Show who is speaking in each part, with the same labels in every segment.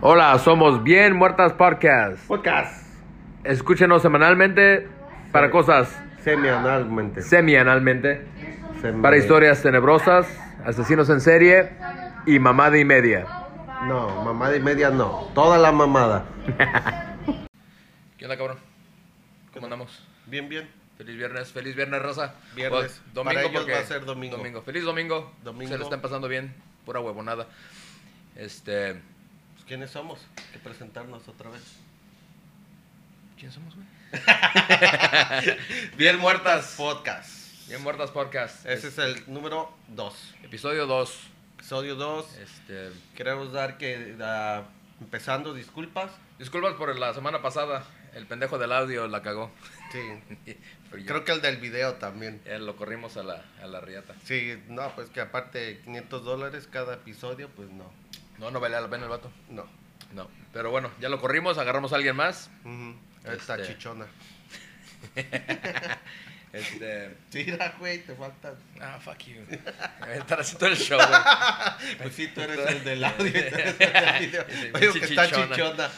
Speaker 1: Hola, somos Bien Muertas Podcast.
Speaker 2: Podcast.
Speaker 1: Escúchenos semanalmente para cosas
Speaker 2: Semanalmente.
Speaker 1: semianalmente,
Speaker 2: Sem-
Speaker 1: para historias tenebrosas, asesinos en serie y mamada y media.
Speaker 2: No, mamada y media no. Toda la mamada.
Speaker 1: ¿Qué onda, cabrón? ¿Cómo andamos?
Speaker 2: Bien, bien.
Speaker 1: Feliz viernes, feliz viernes, raza.
Speaker 2: Viernes.
Speaker 1: O-
Speaker 2: Para ellos
Speaker 1: porque-
Speaker 2: va a ser domingo.
Speaker 1: Feliz domingo.
Speaker 2: Domingo.
Speaker 1: Se lo están pasando bien, pura huevonada. Este,
Speaker 2: Pues, ¿Quiénes somos? Hay que presentarnos otra vez.
Speaker 1: ¿quién somos, güey?
Speaker 2: Bien muertas. Podcast.
Speaker 1: Bien Muertas Podcast.
Speaker 2: Ese es el número 2.
Speaker 1: Episodio 2.
Speaker 2: Episodio 2.
Speaker 1: Este,
Speaker 2: Queremos dar que... ah, empezando, disculpas.
Speaker 1: disculpas por la semana pasada, el pendejo del audio la cagó.
Speaker 2: Sí.
Speaker 1: Pero
Speaker 2: Creo que el del video también.
Speaker 1: ya lo corrimos a la, a la riata.
Speaker 2: Sí, no, pues que aparte 500 dólares cada episodio, pues no.
Speaker 1: No, no valía la pena el vato.
Speaker 2: No.
Speaker 1: No. Pero bueno, ya lo corrimos, agarramos a alguien más.
Speaker 2: Ujú. Esta
Speaker 1: Este.
Speaker 2: chichona.
Speaker 1: Este.
Speaker 2: Tira, güey, te faltan.
Speaker 1: Ah, fuck you. Estar así todo el show, güey.
Speaker 2: Pues sí, tú eres el del audio. y tú eres el del video.
Speaker 1: Sí,
Speaker 2: Oye, que está
Speaker 1: chichona.
Speaker 2: chichona.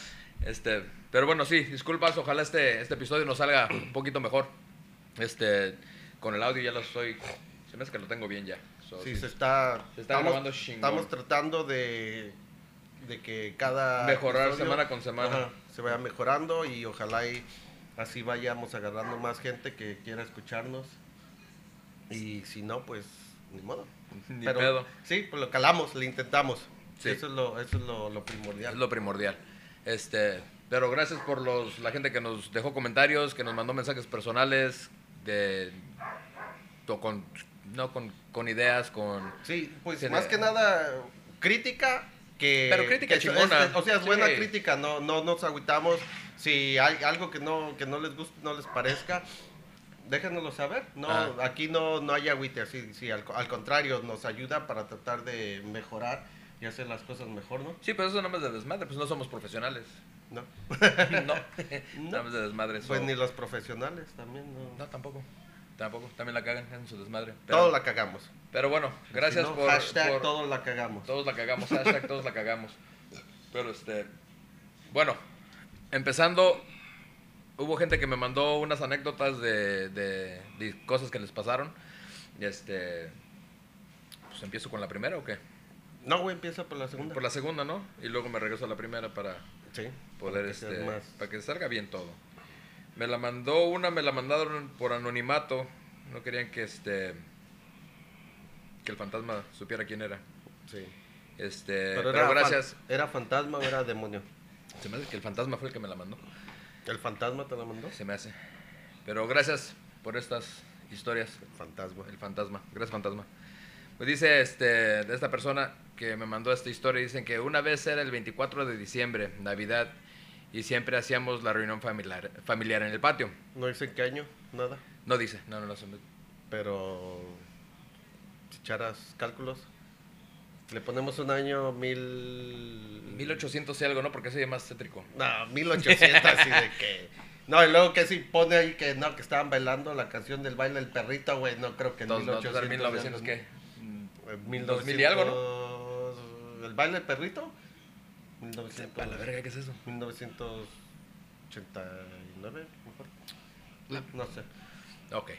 Speaker 1: Este, pero bueno, sí, disculpas, ojalá este, este episodio nos salga un poquito mejor. Este, con el audio ya lo estoy. Se me hace que lo tengo bien ya. So,
Speaker 2: Sí,
Speaker 1: sí.
Speaker 2: se está.
Speaker 1: Se está grabando chingón.
Speaker 2: Estamos tratando de, de que cada.
Speaker 1: Mejorar semana con semana.
Speaker 2: se vaya mejorando y ojalá y así vayamos agarrando más gente que quiera escucharnos. Y si no, pues ni modo.
Speaker 1: Ni pedo.
Speaker 2: Sí, pues lo calamos, lo intentamos.
Speaker 1: Sí.
Speaker 2: Eso es lo, eso es lo, lo primordial.
Speaker 1: Es lo primordial. Este, pero gracias por los, la gente que nos dejó comentarios, que nos mandó mensajes personales, de, to- con, no, con, con ideas, con...
Speaker 2: Sí, pues
Speaker 1: Se
Speaker 2: más
Speaker 1: le-
Speaker 2: que nada crítica que...
Speaker 1: Pero crítica
Speaker 2: que-
Speaker 1: chingona.
Speaker 2: es- o sea, es buena
Speaker 1: Sí.
Speaker 2: crítica, no, no nos agüitamos. Si hay algo que no, que no les guste, no les parezca, déjanoslo saber. No,
Speaker 1: Ah.
Speaker 2: aquí no, no hay agüite, así, sí, al, co- al contrario, nos ayuda para tratar de mejorar y hacer las cosas mejor, ¿no?
Speaker 1: Sí, pero eso nada más de desmadre, pues no somos profesionales.
Speaker 2: No.
Speaker 1: no, nada más de desmadre.
Speaker 2: Pues
Speaker 1: so-
Speaker 2: ni los profesionales también, no.
Speaker 1: No, tampoco. Tampoco, también la cagan en su desmadre. Pero,
Speaker 2: Todos la cagamos.
Speaker 1: pero bueno, gracias
Speaker 2: Si no,
Speaker 1: por,
Speaker 2: Hashtag
Speaker 1: por-
Speaker 2: todos la cagamos.
Speaker 1: Todos la cagamos, hashtag todos la cagamos. Pero este. Bueno, empezando. Hubo gente que me mandó unas anécdotas de, de- de cosas que les pasaron. Y, Este. Pues empiezo con la primera o qué?
Speaker 2: No, güey, empieza por la segunda.
Speaker 1: Por la segunda, ¿no? Y luego me regreso a la primera para
Speaker 2: Sí.
Speaker 1: poder
Speaker 2: para que seas
Speaker 1: este,
Speaker 2: más-
Speaker 1: para que salga bien todo. Me la mandó una, me la mandaron por anonimato. No querían que este que el fantasma supiera quién era.
Speaker 2: Sí.
Speaker 1: Este,
Speaker 2: Pero,
Speaker 1: pero,
Speaker 2: era
Speaker 1: gracias.
Speaker 2: fan- ¿Era fantasma o era demonio?
Speaker 1: Se me hace que el fantasma fue el que me la mandó.
Speaker 2: ¿El fantasma te la mandó?
Speaker 1: Se me hace. Pero gracias por estas historias.
Speaker 2: Fantasma.
Speaker 1: El fantasma. Gracias, fantasma. Pues dice este, de esta persona que me mandó esta historia. Dicen que una vez era el 24 de diciembre, Navidad, y siempre hacíamos la reunión familiar, familiar en el patio.
Speaker 2: No dicen qué año, nada.
Speaker 1: No dice, no, no, no. se me-
Speaker 2: Pero. Si echaras cálculos. Le ponemos un año mil.
Speaker 1: 1800 y algo, ¿no? Porque soy más cétrico.
Speaker 2: No, 1800, así de que. No, y luego que si pone ahí que no, que estaban bailando la canción del baile del perrito, güey. No creo que en
Speaker 1: Entonces,
Speaker 2: 1800.
Speaker 1: 1800, 1900, ¿qué?
Speaker 2: Eh, 1900,
Speaker 1: 2000 y algo,
Speaker 2: ¿El baile del perrito?
Speaker 1: A la
Speaker 2: 1900.
Speaker 1: verga, ¿qué es eso?
Speaker 2: 1989, mejor.
Speaker 1: La-
Speaker 2: No sé.
Speaker 1: Ok.
Speaker 2: Bueno,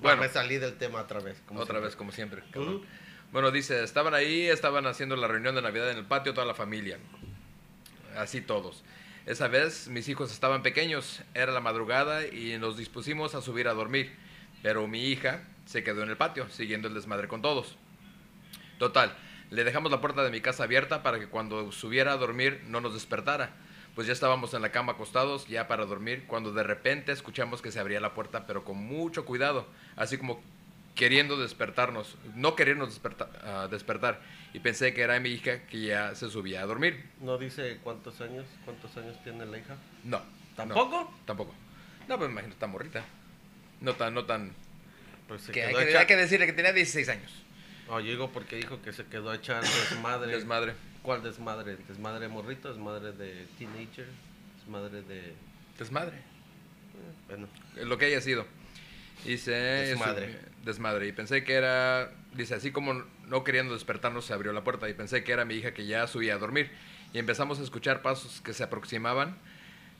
Speaker 1: Bueno.
Speaker 2: me salí del tema otra vez. como
Speaker 1: Otra
Speaker 2: siempre.
Speaker 1: vez, como siempre.
Speaker 2: Ujú.
Speaker 1: cabrón. Bueno, dice, estaban ahí, estaban haciendo la reunión de Navidad en el patio, toda la familia. Así todos. Esa vez mis hijos estaban pequeños, era la madrugada y nos dispusimos a subir a dormir. Pero mi hija se quedó en el patio, siguiendo el desmadre con todos. Total, le dejamos la puerta de mi casa abierta para que cuando subiera a dormir no nos despertara. Pues ya estábamos en la cama acostados, ya para dormir, cuando de repente escuchamos que se abría la puerta, pero con mucho cuidado, así como queriendo despertarnos, no queriéndonos desperta- ah, despertar. Y pensé que era mi hija que ya se subía a dormir.
Speaker 2: No dice cuántos años, cuántos años tiene la hija.
Speaker 1: No.
Speaker 2: ¿Tampoco?
Speaker 1: no, tampoco. No, pues me imagino, tan morrita. No tan, no tan...
Speaker 2: Pues se
Speaker 1: Que hay,
Speaker 2: quedó
Speaker 1: que,
Speaker 2: hecha.
Speaker 1: hay que decirle que tenía 16 años.
Speaker 2: No, yo digo porque dijo que se quedó hecha desmadre.
Speaker 1: Desmadre.
Speaker 2: ¿Cuál desmadre? Desmadre de morrito, desmadre de teenager, desmadre de.
Speaker 1: Desmadre.
Speaker 2: Bueno,
Speaker 1: lo que haya sido. Dice, "Eh,
Speaker 2: Desmadre.
Speaker 1: su- desmadre. Y pensé que era, dice, así como No queriendo despertarnos, se abrió la puerta y pensé que era mi hija que ya subía a dormir. Y empezamos a escuchar pasos que se aproximaban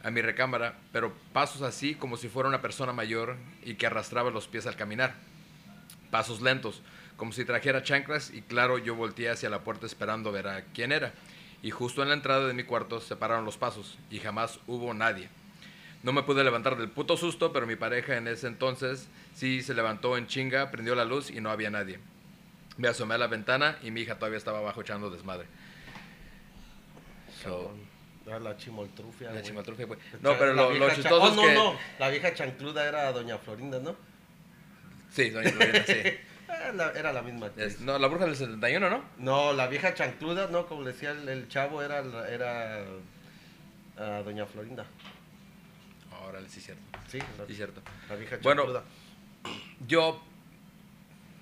Speaker 1: a mi recámara, pero pasos así como si fuera una persona mayor y que arrastraba los pies al caminar. Pasos lentos, como si trajera chanclas y claro, yo volteé hacia la puerta esperando ver a quién era. Y justo en la entrada de mi cuarto se pararon los pasos y jamás hubo nadie. No me pude levantar del puto susto, pero mi pareja en ese entonces sí se levantó en chinga, prendió la luz y no había nadie. Me asomé a la ventana y mi hija todavía estaba abajo echando desmadre. So,
Speaker 2: Ah, la chimoltrufia.
Speaker 1: la
Speaker 2: güey.
Speaker 1: chimaltrufia, güey.
Speaker 2: O sea,
Speaker 1: No, pero
Speaker 2: la
Speaker 1: lo,
Speaker 2: vieja
Speaker 1: lo
Speaker 2: cha-
Speaker 1: chistoso
Speaker 2: Oh,
Speaker 1: es
Speaker 2: no,
Speaker 1: que...
Speaker 2: no, la vieja chancluda era doña Florinda, ¿no?
Speaker 1: Sí, doña Florinda, sí.
Speaker 2: Ah, la- era la misma. actriz.
Speaker 1: Es- no, la bruja del 71, ¿no?
Speaker 2: No, la vieja chancluda, no, como le decía el, el chavo, era, era ah, doña Florinda.
Speaker 1: Ahora sí, cierto.
Speaker 2: Sí, la,
Speaker 1: Sí, cierto.
Speaker 2: la vieja
Speaker 1: Bueno.
Speaker 2: chancluda.
Speaker 1: Yo.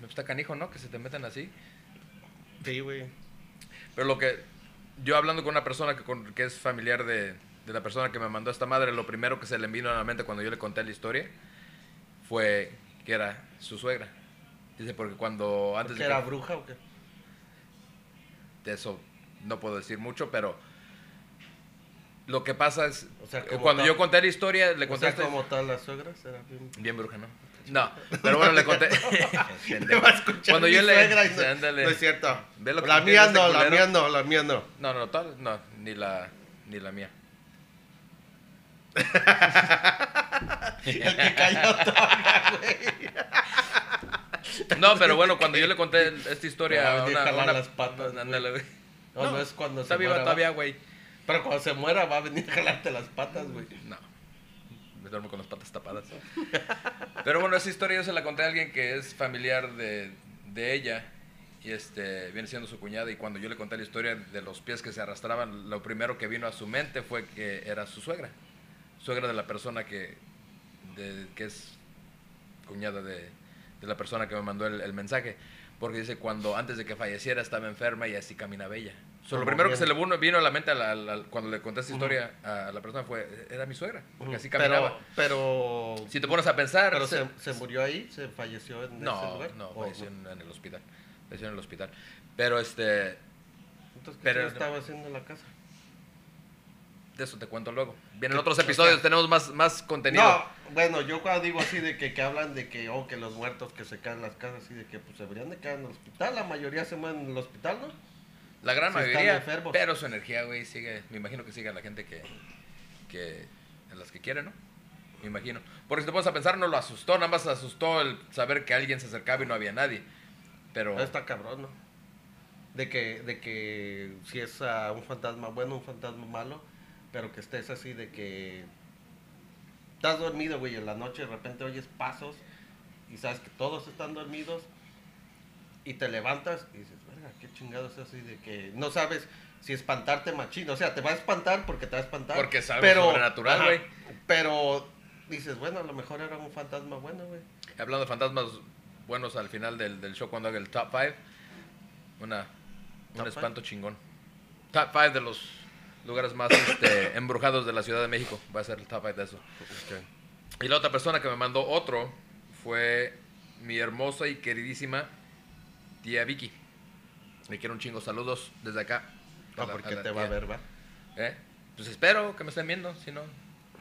Speaker 1: Me está canijo, ¿no? Que se te metan así.
Speaker 2: Sí, güey.
Speaker 1: Pero lo que. Yo hablando con una persona que, con- que es familiar de, de la persona que me mandó esta madre, lo primero que se le vino a la mente cuando yo le conté la historia fue que era su suegra. Dice, porque cuando antes
Speaker 2: ¿Que
Speaker 1: de
Speaker 2: era
Speaker 1: que-
Speaker 2: bruja o qué?
Speaker 1: de eso no puedo decir mucho, pero lo que pasa es,
Speaker 2: O sea, como
Speaker 1: cuando
Speaker 2: tal-
Speaker 1: yo conté la historia, le
Speaker 2: O
Speaker 1: conté
Speaker 2: sea,
Speaker 1: esta-
Speaker 2: como tal, las suegras era bien...
Speaker 1: Bien bruja, ¿no? No, pero bueno, le conté.
Speaker 2: Te va a escuchar
Speaker 1: Cuando
Speaker 2: mi
Speaker 1: yo le-
Speaker 2: suegra y no-
Speaker 1: ándale.
Speaker 2: No es cierto.
Speaker 1: Ve lo que
Speaker 2: la
Speaker 1: me
Speaker 2: mía
Speaker 1: tiene
Speaker 2: no,
Speaker 1: este
Speaker 2: la
Speaker 1: culero.
Speaker 2: mía no, la mía no.
Speaker 1: No, no, tal, no, ni la, ni la mía.
Speaker 2: El que cayó todo, güey.
Speaker 1: No, pero bueno, cuando yo le conté esta historia
Speaker 2: Ah,
Speaker 1: a una,
Speaker 2: déjala
Speaker 1: una-
Speaker 2: las patas, güey.
Speaker 1: ándale, güey.
Speaker 2: No, no es cuando
Speaker 1: está
Speaker 2: se
Speaker 1: viva
Speaker 2: muera,
Speaker 1: todavía, güey.
Speaker 2: Pero cuando se muera va a venir a jalarte las patas, güey.
Speaker 1: No. Me duermo con las patas tapadas. Pero bueno, esa historia yo se la conté a alguien que es familiar de, de ella. Y este, viene siendo su cuñada. Y cuando yo le conté la historia de los pies que se arrastraban, lo primero que vino a su mente fue que era su suegra. Suegra de la persona que, de- que es cuñada de, de la persona que me mandó el, el mensaje. Porque dice, cuando antes de que falleciera estaba enferma y así caminaba ella. So, lo
Speaker 2: Como
Speaker 1: primero que
Speaker 2: bien.
Speaker 1: se le vino, vino a la mente a la- a la- cuando le conté esta
Speaker 2: Ujú.
Speaker 1: historia a la persona fue, era mi suegra, porque así
Speaker 2: Pero-
Speaker 1: caminaba.
Speaker 2: Pero,
Speaker 1: si te pones a pensar,
Speaker 2: pero
Speaker 1: se-
Speaker 2: se, se murió ahí, se falleció en ese
Speaker 1: no,
Speaker 2: lugar. Oh,
Speaker 1: no,
Speaker 2: ¿O
Speaker 1: falleció en, en el hospital. Falleció en el hospital. Pero este, de
Speaker 2: Entonces, ¿qué
Speaker 1: pero-
Speaker 2: pero, estaba haciendo en la casa?
Speaker 1: eso te cuento luego. Vienen otros episodios, tenemos más, más contenido.
Speaker 2: No, bueno, yo cuando digo así de que, que hablan de que, oh, que los muertos que se caen en las casas, así de que pues se deberían de quedar en el hospital, la mayoría se mueren en el hospital, ¿no?
Speaker 1: la gran
Speaker 2: sí están
Speaker 1: mayoría,
Speaker 2: enfermos.
Speaker 1: pero su energía, güey, sigue, me imagino que sigue a la gente que, que, a las que quiere, ¿no? Me imagino. Porque si te pones a pensar, no lo asustó, nada más asustó el saber que alguien se acercaba y no había nadie. Pero...
Speaker 2: No está cabrón, ¿no? De que, de que si es ah, un fantasma bueno, un fantasma malo, pero que estés así de que estás dormido, güey, en la noche de repente oyes pasos y sabes que todos están dormidos y te levantas y dices, verga, qué chingados es así de que no sabes si espantarte machín, o sea, te va a espantar porque te va a espantar.
Speaker 1: Porque es algo sobrenatural,
Speaker 2: ajá,
Speaker 1: güey.
Speaker 2: Pero dices, bueno, a lo mejor era un fantasma bueno, güey.
Speaker 1: Hablando de fantasmas buenos al final del, del show cuando haga el top 5. Una, un
Speaker 2: Top
Speaker 1: espanto chingón. Top 5 de los lugares más este, embrujados de la Ciudad de México. Va a ser el top 5 de eso. Y la otra persona que me mandó otro fue mi hermosa y queridísima tía Vicky. Le quiero un chingo saludos desde acá.
Speaker 2: Ah,
Speaker 1: la-
Speaker 2: porque
Speaker 1: la
Speaker 2: te va a
Speaker 1: tía.
Speaker 2: ver, va.
Speaker 1: ¿Eh? Pues espero que me estén viendo, si no...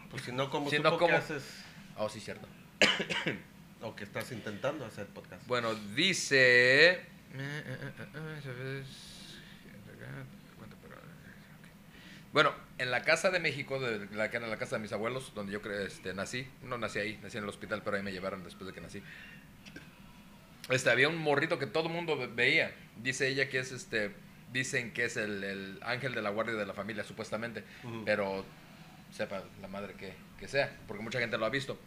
Speaker 2: Pues si no, como
Speaker 1: Si
Speaker 2: tú
Speaker 1: no,
Speaker 2: por qué
Speaker 1: ¿cómo?
Speaker 2: haces
Speaker 1: Oh, sí, cierto.
Speaker 2: o que estás intentando hacer podcast?
Speaker 1: Bueno, dice. eh, eh, eh, eh, ¿sabes? Bueno, en la casa de México, de la que era la casa de mis abuelos, donde yo cre- este, nací, no nací ahí, nací en el hospital, pero ahí me llevaron después de que nací. Este, había un morrito que todo el mundo ve- veía. Dice ella que es este. Dicen que es el, el ángel de la guardia de la familia, supuestamente.
Speaker 2: Ujú.
Speaker 1: Pero sepa la madre que, que sea, porque mucha gente lo ha visto.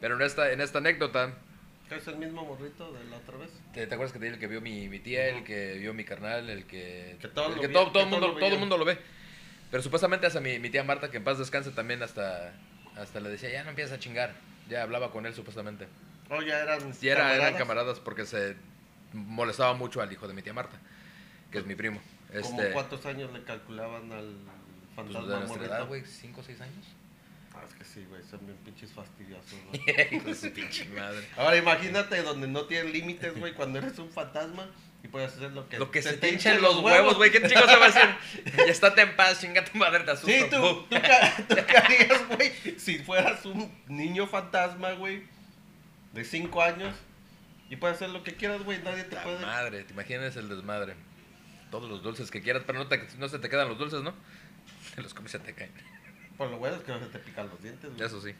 Speaker 1: Pero en esta, en esta anécdota,
Speaker 2: ¿Qué ¿Es el mismo morrito de la otra vez?
Speaker 1: ¿Te, te acuerdas que te dije el que vio mi, mi tía, el
Speaker 2: Ujú.
Speaker 1: que vio mi carnal, el que...
Speaker 2: Que todos
Speaker 1: el
Speaker 2: lo
Speaker 1: que
Speaker 2: vi-
Speaker 1: todo, todo
Speaker 2: que
Speaker 1: el
Speaker 2: todos
Speaker 1: mundo,
Speaker 2: lo
Speaker 1: todo el
Speaker 2: veían.
Speaker 1: mundo lo ve. Pero supuestamente hasta mi, mi tía Marta, que en paz descanse, también hasta, hasta le decía, ya no empiezas a chingar. Ya hablaba con él supuestamente.
Speaker 2: Oh, ya eran
Speaker 1: Y era, eran
Speaker 2: camaradas,
Speaker 1: camaradas porque se molestaba mucho al hijo de mi tía Marta, que es mi primo.
Speaker 2: ¿Como
Speaker 1: Este,
Speaker 2: cuántos años le calculaban al
Speaker 1: pues, de
Speaker 2: fantasma
Speaker 1: nuestra
Speaker 2: morrito?
Speaker 1: edad, güey, cinco o seis años.
Speaker 2: Ah, es que sí, güey, son bien pinches fastidiosos, güey.
Speaker 1: Pinche madre.
Speaker 2: Ahora imagínate donde no tienen límites, güey, cuando eres un fantasma Y puedes hacer lo que,
Speaker 1: Lo que se, te hinchen los huevos, güey. ¿Qué chico se va a hacer? Ya estate en paz, chinga tu madre, te asusto.
Speaker 2: Sí, tú,
Speaker 1: Bu.
Speaker 2: tú, ca- tú qué harías, güey, si fueras un niño fantasma, güey, de 5 años y puedes hacer lo que quieras, güey, nadie te
Speaker 1: La
Speaker 2: puede.
Speaker 1: madre, te imaginas el desmadre. Todos los dulces que quieras, pero no, te- no se te quedan los dulces, ¿no? Te los comes y se te caen.
Speaker 2: Por lo bueno es que no se te pican los dientes, güey.
Speaker 1: Eso sí.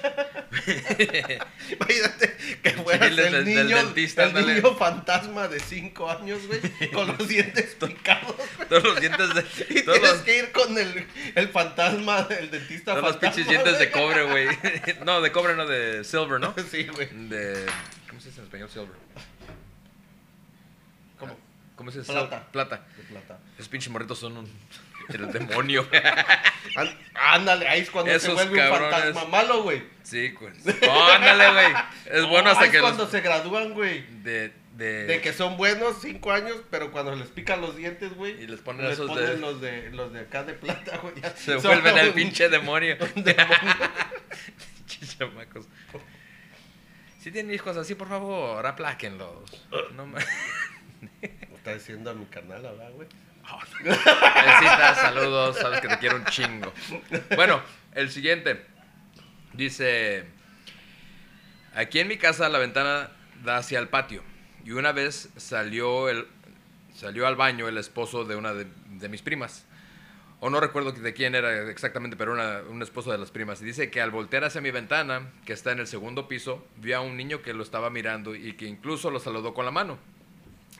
Speaker 2: Imagínate que fueras
Speaker 1: Chiles
Speaker 2: el
Speaker 1: del- del
Speaker 2: niño,
Speaker 1: dentista,
Speaker 2: el
Speaker 1: ándale.
Speaker 2: niño fantasma de 5 años, güey, con los dientes picados. güey.
Speaker 1: Todos los dientes de.
Speaker 2: Y
Speaker 1: Todos
Speaker 2: tienes
Speaker 1: los,
Speaker 2: que ir con el, el fantasma, el dentista
Speaker 1: todos los
Speaker 2: fantasma.
Speaker 1: pinches dientes de
Speaker 2: güey.
Speaker 1: cobre, güey. No, de cobre, no, de silver, ¿no?
Speaker 2: Sí, güey.
Speaker 1: De. ¿Cómo se dice en español silver?
Speaker 2: ¿Cómo?
Speaker 1: ¿Cómo se dice?
Speaker 2: Plata.
Speaker 1: Plata.
Speaker 2: De plata.
Speaker 1: Esos pinches morritos son un. El demonio.
Speaker 2: Án- Ándale, ahí es cuando se
Speaker 1: Esos
Speaker 2: vuelve un
Speaker 1: cabrones.
Speaker 2: fantasma malo, güey.
Speaker 1: Sí, pues. Ándale, güey. Es bueno
Speaker 2: No,
Speaker 1: hasta
Speaker 2: es
Speaker 1: que. los-
Speaker 2: cuando se gradúan, güey.
Speaker 1: De, de,
Speaker 2: De que son buenos cinco años, pero cuando les pican los dientes, güey.
Speaker 1: Y les ponen esos
Speaker 2: ponen
Speaker 1: de-
Speaker 2: los de los de acá de plata, güey. ya
Speaker 1: se
Speaker 2: son
Speaker 1: vuelven el
Speaker 2: un-
Speaker 1: pinche demonio.
Speaker 2: un demonio.
Speaker 1: Chichamacos. Si tienen hijos así, por favor, apláquenlos. No ma-
Speaker 2: Me Está diciendo a mi canal ahora, güey.
Speaker 1: Besitas, saludos, sabes que te quiero un chingo. Bueno, el siguiente. Dice, aquí en mi casa la ventana da hacia el patio. Y una vez salió, el, salió al baño el esposo de una de, de mis primas. O no recuerdo de quién era exactamente, pero una- un esposo de las primas. Y dice que al voltear hacia mi ventana, que está en el segundo piso, vio a un niño que lo estaba mirando y que incluso lo saludó con la mano.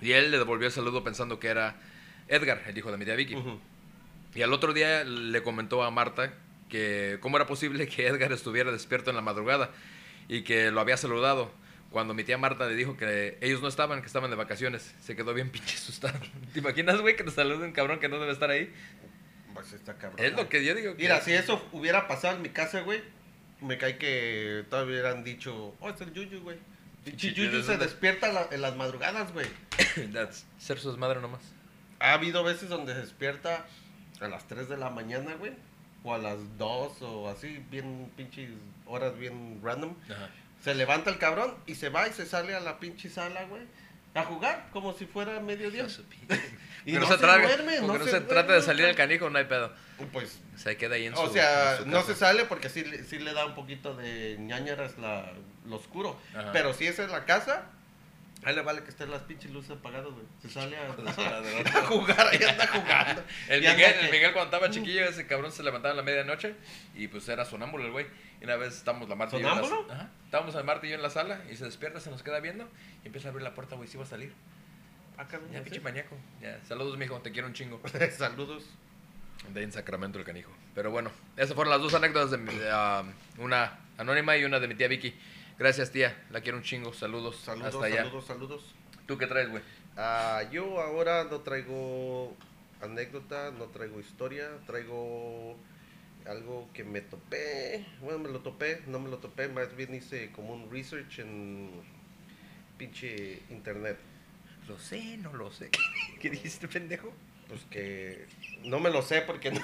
Speaker 1: Y él le devolvió el saludo pensando que era Edgar, el hijo de mi tía Vicky.
Speaker 2: Ujú.
Speaker 1: Y al otro día le comentó a Marta que cómo era posible que Edgar estuviera despierto en la madrugada y que lo había saludado. Cuando mi tía Marta le dijo que ellos no estaban, que estaban de vacaciones, se quedó bien pinche asustado. ¿Te imaginas, güey, que te salude un cabrón que no debe estar ahí?
Speaker 2: Pues está cabrón.
Speaker 1: Es lo que yo digo. que-
Speaker 2: Mira, si eso hubiera pasado en mi casa, güey, me cae que todavía hubieran dicho, oh, es el Yuyu, güey. Pinche
Speaker 1: Sí,
Speaker 2: Yuyu
Speaker 1: tienes
Speaker 2: se
Speaker 1: una-
Speaker 2: despierta a la- en las madrugadas, güey.
Speaker 1: That's- ser su desmadre nomás.
Speaker 2: Ha habido veces donde se despierta a las 3 de la mañana, güey. O a las 2 o así, bien pinches horas bien random. Se levanta el cabrón y se va y se sale a la pinche sala, güey. A jugar como si fuera mediodía. Y
Speaker 1: Que no,
Speaker 2: no
Speaker 1: se,
Speaker 2: se
Speaker 1: traga-
Speaker 2: duerme,
Speaker 1: como
Speaker 2: no
Speaker 1: que no
Speaker 2: se
Speaker 1: se, trata de
Speaker 2: duerme,
Speaker 1: salir al
Speaker 2: cabrón.
Speaker 1: canijo, no hay pedo.
Speaker 2: Pues,
Speaker 1: Se queda ahí en su
Speaker 2: o sea,
Speaker 1: en su
Speaker 2: no
Speaker 1: casa.
Speaker 2: se sale porque sí, le- sí le da un poquito de ñañaras la, lo oscuro.
Speaker 1: Ajá.
Speaker 2: Pero si es en la casa, ahí le vale que estén las pinches luces apagadas, güey. Se sale a, a jugar, ahí anda jugando.
Speaker 1: El
Speaker 2: Y anda
Speaker 1: Miguel, el
Speaker 2: que-
Speaker 1: Miguel cuando estaba chiquillo, ese cabrón se levantaba a la medianoche y pues era sonámbulo el güey. Y una vez estábamos la Marta y yo en la-
Speaker 2: ¿Sonámbulo?
Speaker 1: Ajá. Estábamos la Marta y yo en la sala y se despierta, se nos queda viendo y empieza a abrir la puerta, güey, si va a salir.
Speaker 2: Ah, cabrón,
Speaker 1: Ya,
Speaker 2: ¿sí?
Speaker 1: pinche maníaco. Ya, saludos, mijo, te quiero un chingo.
Speaker 2: Saludos.
Speaker 1: De ahí en Sacramento el canijo. Pero bueno, esas fueron las dos anécdotas de, mi- de, ah, una anónima y una de mi tía Vicky. Gracias, tía. La quiero un chingo. Saludos.
Speaker 2: Saludos,
Speaker 1: Hasta allá.
Speaker 2: saludos, saludos.
Speaker 1: ¿Tú qué traes, güey?
Speaker 2: Ah, yo ahora no traigo anécdota, no traigo historia, traigo algo que me topé. Bueno, me lo topé, no me lo topé, más bien hice como un research en pinche internet.
Speaker 1: Lo sé, no lo sé. ¿Qué dijiste, pendejo?
Speaker 2: Pues que no me lo sé porque no.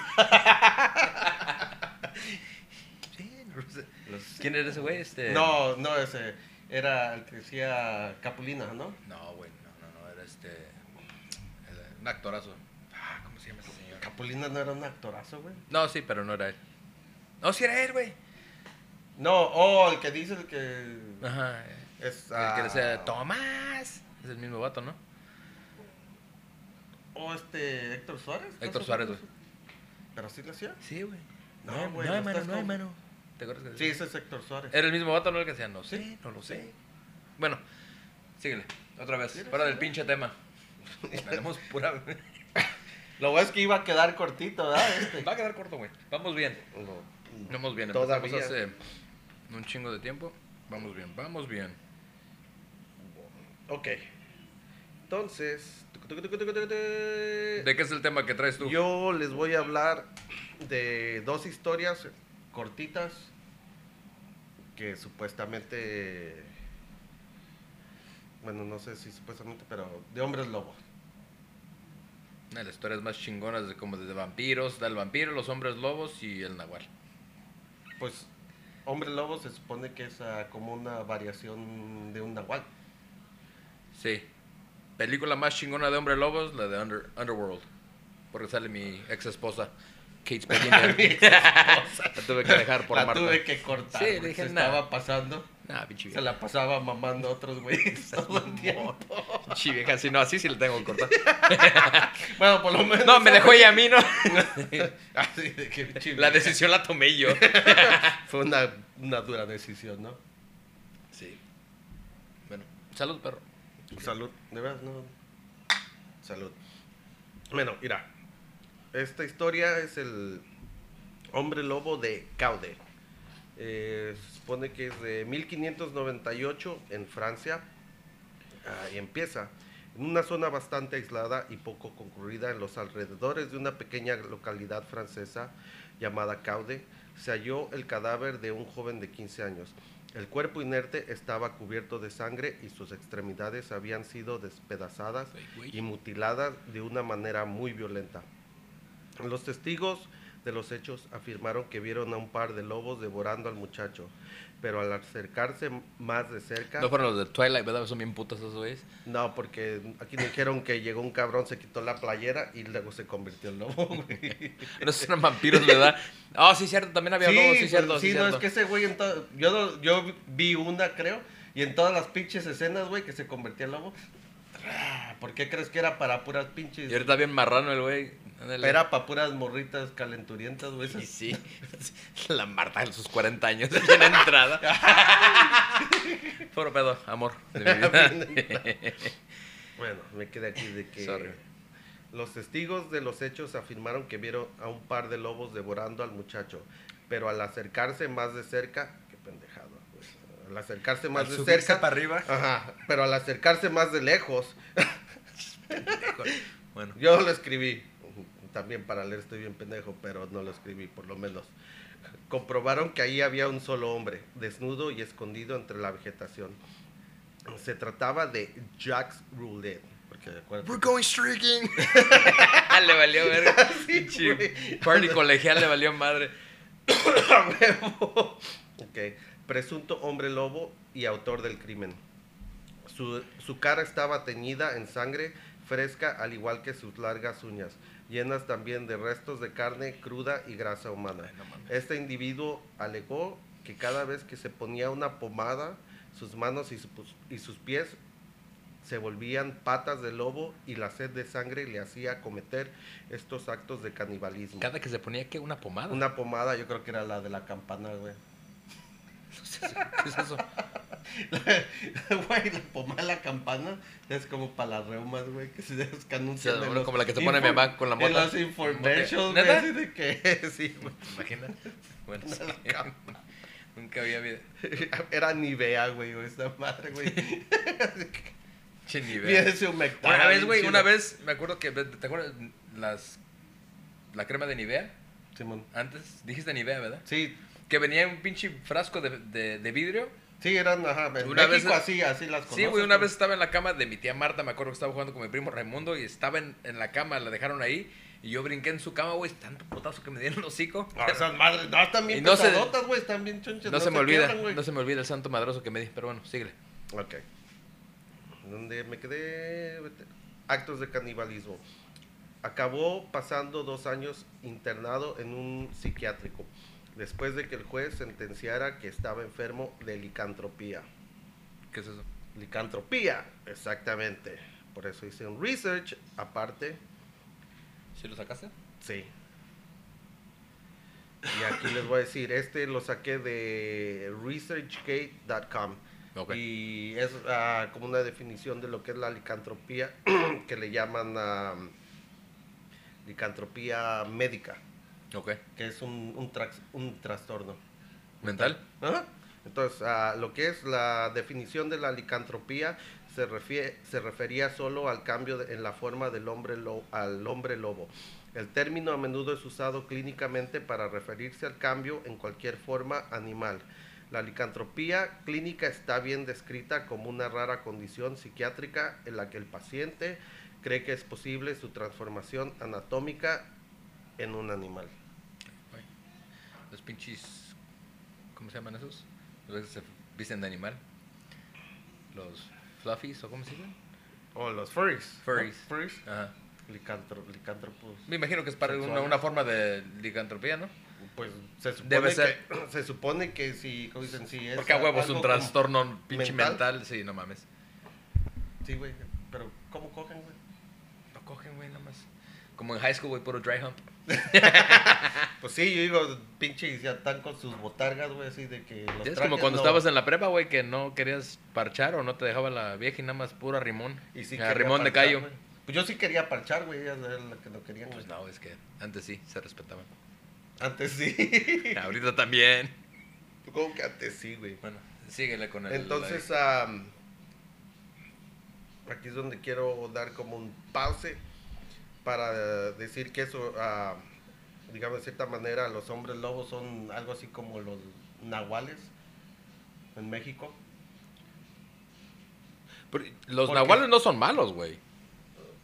Speaker 1: Sí, no lo sé. ¿Quién eres ese güey? Este...
Speaker 2: No, no, ese era el que decía Capulina, ¿no?
Speaker 1: No, güey, no, no, no, era este. el- un actorazo. Ah, ¿cómo se llama ese señor?
Speaker 2: Capulina no era un actorazo, güey.
Speaker 1: No, sí, pero no era él. No, sí era él, güey.
Speaker 2: No, oh, el que dice el que
Speaker 1: Ajá.
Speaker 2: es
Speaker 1: El que decía,
Speaker 2: ah,
Speaker 1: Tomás. Es el mismo vato, ¿no?
Speaker 2: O este Héctor Suárez. ¿no
Speaker 1: Héctor
Speaker 2: se
Speaker 1: Suárez,
Speaker 2: llama?
Speaker 1: güey.
Speaker 2: Pero sí le hacía.
Speaker 1: Sí, güey.
Speaker 2: No,
Speaker 1: No,
Speaker 2: güey,
Speaker 1: no,
Speaker 2: no
Speaker 1: hermano,
Speaker 2: estás
Speaker 1: no,
Speaker 2: con-
Speaker 1: hermano. ¿Te acuerdas que
Speaker 2: Sí, ese es Héctor Suárez.
Speaker 1: Era el mismo vato, ¿no? El que decía, no sé,
Speaker 2: Sí.
Speaker 1: no lo sé. Bueno, síguele. Otra vez.
Speaker 2: Sí,
Speaker 1: Fuera
Speaker 2: sí,
Speaker 1: del pinche tema. Tenemos pura. Va
Speaker 2: Lo bueno es que iba a quedar cortito, ¿verdad? Este.
Speaker 1: a quedar corto, güey. Vamos bien.
Speaker 2: No.
Speaker 1: Vamos bien,
Speaker 2: Todavía.
Speaker 1: empezamos hace un chingo de tiempo. Vamos bien, vamos bien.
Speaker 2: Ok. Entonces,
Speaker 1: ¿De qué es el tema que traes tú?
Speaker 2: yo les voy a hablar de dos historias cortitas que supuestamente, bueno, no sé si supuestamente, pero de hombres lobo.
Speaker 1: Una de las historias más chingonas de como de vampiros, del vampiro, los hombres lobos y el nahual.
Speaker 2: Pues, hombre lobo se supone que es ah, como una variación de un nahual.
Speaker 1: Sí. Película más chingona de Hombre Lobos, la de Under- Underworld. Porque sale mi ex esposa, Kate Spade. la tuve que dejar por
Speaker 2: la
Speaker 1: Marta.
Speaker 2: tuve que cortar.
Speaker 1: Sí,
Speaker 2: güey,
Speaker 1: dije,
Speaker 2: se
Speaker 1: nah.
Speaker 2: estaba pasando.
Speaker 1: Nah, pinche
Speaker 2: Se
Speaker 1: vieja.
Speaker 2: la pasaba mamando a otros güeyes todo el tiempo.
Speaker 1: Pinche vieja, sí, no, así sí la tengo que cortar.
Speaker 2: Bueno, por lo menos.
Speaker 1: No, me dejó ella a mí, ¿no?
Speaker 2: Así de que pinche
Speaker 1: La
Speaker 2: vieja.
Speaker 1: decisión la tomé yo.
Speaker 2: Fue una, una dura decisión, ¿no?
Speaker 1: Sí. Bueno, salud, perro.
Speaker 2: Salud, de verdad, no. Salud. Bueno, mira. Esta historia es el hombre lobo de Caude. Eh, se supone que es de 1598 en Francia. Ah, y empieza en una zona bastante aislada y poco concurrida en los alrededores de una pequeña localidad francesa llamada Caude, se halló el cadáver de un joven de 15 años. El cuerpo inerte estaba cubierto de sangre y sus extremidades habían sido despedazadas y mutiladas de una manera muy violenta. Los testigos de los hechos afirmaron que vieron a un par de lobos devorando al muchacho, pero al acercarse más de cerca...
Speaker 1: No fueron los de Twilight, ¿verdad? Son bien putas esos güeyes.
Speaker 2: No, porque aquí me dijeron que llegó un cabrón, se quitó la playera y luego se convirtió en lobo, güey.
Speaker 1: No eran vampiros, ¿verdad? Ah, sí, cierto, también había lobos, sí,
Speaker 2: pues,
Speaker 1: cierto. Sí,
Speaker 2: sí, no,
Speaker 1: cierto.
Speaker 2: es que ese güey, en to- yo, no- yo vi una, creo, y en todas las pinches escenas, güey, que se convertía en lobo. ¡tra! ¿Por qué crees que era para puras pinches?
Speaker 1: Y ahorita bien marrano el güey. Ándale.
Speaker 2: Era pues. para puras morritas calenturientas, güey.
Speaker 1: Y
Speaker 2: esas-
Speaker 1: sí, la Marta de sus 40 años en la entrada. Puro pedo, amor de mi vida.
Speaker 2: Bueno, me quedé aquí de que...
Speaker 1: Sorry.
Speaker 2: Los testigos de los hechos afirmaron que vieron a un par de lobos devorando al muchacho, pero al acercarse más de cerca, qué pendejado, pues, al acercarse más
Speaker 1: Al
Speaker 2: de
Speaker 1: subirse
Speaker 2: cerca,
Speaker 1: para arriba.
Speaker 2: ajá, pero al acercarse más de lejos,
Speaker 1: Bueno,
Speaker 2: yo lo escribí, también para leer estoy bien pendejo, pero no lo escribí por lo menos. Comprobaron que ahí había un solo hombre, desnudo y escondido entre la vegetación. Se trataba de Jacques Roulette, porque acuérdate que-
Speaker 1: going streaking. le valió verga. Pinche
Speaker 2: güey.
Speaker 1: Party colegial le valió madre.
Speaker 2: A huevo. Ok. Presunto hombre lobo y autor del crimen. Su, su cara estaba teñida en sangre fresca, al igual que sus largas uñas, llenas también de restos de carne cruda y grasa humana.
Speaker 1: Ay, no mames.
Speaker 2: este individuo alegó que cada vez que se ponía una pomada, sus manos y, su- pues, y sus pies se volvían patas de lobo y la sed de sangre le hacía cometer estos actos de canibalismo.
Speaker 1: Cada que se ponía, ¿qué? Una pomada.
Speaker 2: Una pomada, yo creo que era la de la campana, güey.
Speaker 1: ¿Qué es eso?
Speaker 2: Güey, la pomada de la campana es como para las reumas, güey, que se descan un
Speaker 1: O sea,
Speaker 2: cien de
Speaker 1: bueno,
Speaker 2: los
Speaker 1: como la que se pone mi
Speaker 2: infor-
Speaker 1: mamá con la
Speaker 2: En
Speaker 1: mota.
Speaker 2: los infomercials, güey,
Speaker 1: ¿Neta?
Speaker 2: así de que, sí, güey.
Speaker 1: ¿Te imaginas? Bueno, sí. Nunca había habido.
Speaker 2: Era Nivea, güey, o esa madre, güey.
Speaker 1: Che, ni idea.
Speaker 2: Bien se humectaba.
Speaker 1: Una vez,
Speaker 2: bien
Speaker 1: güey,
Speaker 2: chido.
Speaker 1: una vez, me acuerdo que, ¿te acuerdas las, la crema de Nivea?
Speaker 2: Simón.
Speaker 1: Antes, dijiste Nivea, ¿verdad?
Speaker 2: Sí,
Speaker 1: Que venía en un pinche frasco de, de- de vidrio.
Speaker 2: sí, eran, ajá, en
Speaker 1: Una vez-
Speaker 2: México así, así las
Speaker 1: Sí,
Speaker 2: conoces,
Speaker 1: güey, una vez estaba en la cama de mi tía Marta, me acuerdo que estaba jugando con mi primo Raimundo y estaba en, en la cama, la dejaron ahí y yo brinqué en su cama, güey, tanto potazo que me dieron el hocico.
Speaker 2: Ah, esas madres, no, están bien
Speaker 1: Y no se-
Speaker 2: pesadotas, güey, están bien chonchas.
Speaker 1: No, se me olvida,
Speaker 2: quiebran, güey.
Speaker 1: no se me olvida el santo madroso que me di, pero bueno, síguele.
Speaker 2: Ok. ¿Dónde me quedé? Vete. Actos de canibalismo. Acabó pasando dos años internado en un psiquiátrico, después de que el juez sentenciara que estaba enfermo de licantropía.
Speaker 1: ¿Qué es eso?
Speaker 2: Licantropía, exactamente. Por eso hice un research aparte.
Speaker 1: ¿Sí lo sacaste?
Speaker 2: Sí. Y aquí les voy a decir, este lo saqué de researchgate.com.
Speaker 1: Ok.
Speaker 2: Y es ah, como una definición de lo que es la licantropía, que le llaman ah, licantropía médica,
Speaker 1: Ok.
Speaker 2: que es un, un, trax- un trastorno.
Speaker 1: ¿Mental?
Speaker 2: Ajá. Entonces, ah, lo que es la definición de la licantropía se, refie- se refería solo al cambio de- en la forma del hombre lo- al hombre lobo. El término a menudo es usado clínicamente para referirse al cambio en cualquier forma animal. La licantropía clínica está bien descrita como una rara condición psiquiátrica en la que el paciente cree que es posible su transformación anatómica en un animal.
Speaker 1: Los pinches. ¿Cómo se llaman esos? Los que se visten de animal. Los fluffies o cómo se llaman.
Speaker 2: O Oh, los furries.
Speaker 1: Furries.
Speaker 2: ¿no? Furries.
Speaker 1: Ajá.
Speaker 2: Licantro, licántropos.
Speaker 1: Me imagino que es para una,
Speaker 2: Sexual.
Speaker 1: una forma de licantropía, ¿no?
Speaker 2: Pues se supone
Speaker 1: Debe
Speaker 2: que
Speaker 1: ser.
Speaker 2: se supone que si como dicen si es
Speaker 1: Porque a huevos
Speaker 2: algo
Speaker 1: un
Speaker 2: como-
Speaker 1: trastorno pinche
Speaker 2: mental.
Speaker 1: mental. Sí, no mames.
Speaker 2: Sí, güey, pero ¿cómo cogen, güey?
Speaker 1: No cogen, güey, nada más. Como en high school, güey, puro dry hump.
Speaker 2: Pues sí, yo digo, pinche y ya están con sus botargas, güey, así de que los
Speaker 1: Es como
Speaker 2: trajes
Speaker 1: cuando
Speaker 2: no-
Speaker 1: estabas en la prepa, güey, que no querías parchar o no te dejaba la vieja y nada más pura rimón.
Speaker 2: y sí
Speaker 1: Ah,
Speaker 2: quería
Speaker 1: rimón de
Speaker 2: parchar,
Speaker 1: callo.
Speaker 2: güey. Pues yo sí quería parchar, güey, ella era la que no quería.
Speaker 1: Pues
Speaker 2: güey.
Speaker 1: no, es que antes sí, se respetaban.
Speaker 2: Antes sí.
Speaker 1: Ahorita también.
Speaker 2: ¿Cómo que antes sí, güey?
Speaker 1: Bueno, síguele con el...
Speaker 2: Entonces, am, aquí es donde quiero dar como un pause para decir que eso, am, digamos de cierta manera, los hombres lobos son algo así como los nahuales en México.
Speaker 1: Pero los
Speaker 2: ¿Por qué?
Speaker 1: nahuales no son malos, güey.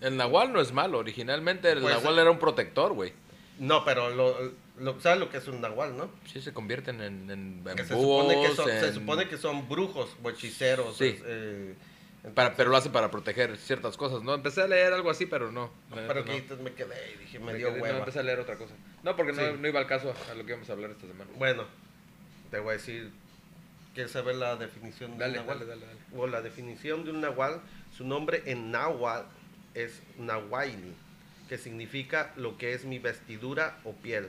Speaker 1: El nahual no es malo. Originalmente el
Speaker 2: Pues-
Speaker 1: nahual era un protector, güey.
Speaker 2: No, pero lo, lo- ¿sabes lo que es un nahual, no?
Speaker 1: Sí se convierten en, en, en
Speaker 2: Que se,
Speaker 1: búhos,
Speaker 2: supone que son, se
Speaker 1: en-
Speaker 2: supone que son brujos o hechiceros.
Speaker 1: Sí.
Speaker 2: eh,
Speaker 1: para- pero lo hacen para proteger ciertas cosas, ¿no? Empecé a leer algo así, pero no. la neta
Speaker 2: pero
Speaker 1: no.
Speaker 2: que entonces me quedé y dije, me
Speaker 1: Me
Speaker 2: dio
Speaker 1: quedé- no, pues
Speaker 2: hueva.
Speaker 1: empecé a leer otra cosa. No, porque no,
Speaker 2: Sí.
Speaker 1: no iba al caso a lo que íbamos a hablar esta semana.
Speaker 2: Bueno, te voy a decir, ¿quieres saber la definición de
Speaker 1: Dale,
Speaker 2: un nahual?
Speaker 1: dale, dale, dale.
Speaker 2: O la definición de un nahual, su nombre en náhuatl es nahuaili, que significa lo que es mi vestidura o piel.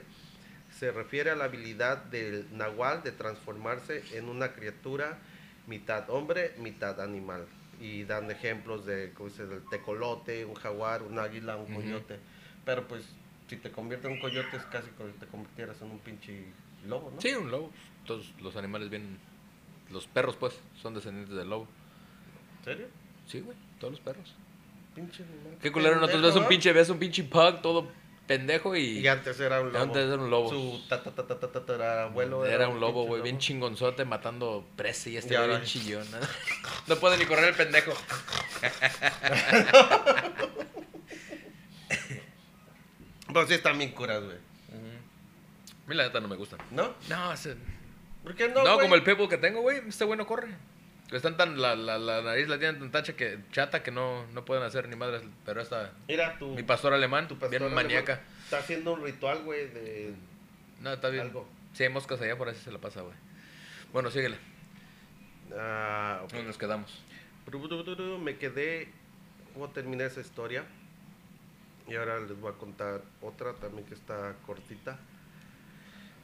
Speaker 2: Se refiere a la habilidad del nahual de transformarse en una criatura mitad hombre, mitad animal. Y dan ejemplos de, como dices, del tecolote, un jaguar, un águila, un
Speaker 1: Ujú.
Speaker 2: coyote. Pero pues, si te conviertes en un coyote es casi como si te convirtieras en un pinche lobo, ¿no?
Speaker 1: Sí, un lobo. Todos los animales vienen... Los perros, pues, son descendientes del lobo.
Speaker 2: ¿En serio?
Speaker 1: Sí, güey. Todos los perros.
Speaker 2: Pinche animal.
Speaker 1: Qué culero, ¿no? Tú
Speaker 2: Pendejo,
Speaker 1: ves un
Speaker 2: ¿no?
Speaker 1: pinche, ves un pinche pug todo pendejo y...
Speaker 2: Y antes era un lobo.
Speaker 1: Antes era un lobo.
Speaker 2: Su tatatatatarabuelo
Speaker 1: Era un lobo,
Speaker 2: pinche
Speaker 1: güey, bien chingonzote matando presa y este
Speaker 2: Y
Speaker 1: güey
Speaker 2: ahora-
Speaker 1: bien chillón. ¿no? No puede ni correr el pendejo.
Speaker 2: Pero sí están bien curas, güey.
Speaker 1: A mí la neta no me gustan.
Speaker 2: ¿No?
Speaker 1: No, ese-
Speaker 2: ¿Por qué no,
Speaker 1: no,
Speaker 2: güey?
Speaker 1: como el pitbull que tengo, güey, este güey no corre. Están tan, la, la, la nariz la tienen tan tacha que, chata que no, no pueden hacer ni madres. Pero esta,
Speaker 2: Era tu...
Speaker 1: mi pastor alemán,
Speaker 2: tu
Speaker 1: bien
Speaker 2: alemán
Speaker 1: maníaca.
Speaker 2: Está haciendo un ritual, güey, de...
Speaker 1: No, está bien.
Speaker 2: Algo.
Speaker 1: Si hay moscas allá, por ahí se la pasa, güey. Bueno, síguele.
Speaker 2: Ah, ok.
Speaker 1: ¿Dónde nos quedamos?
Speaker 2: Brubuduruduru, Me quedé... ¿Cómo terminé esa historia? Y ahora les voy a contar otra también que está cortita.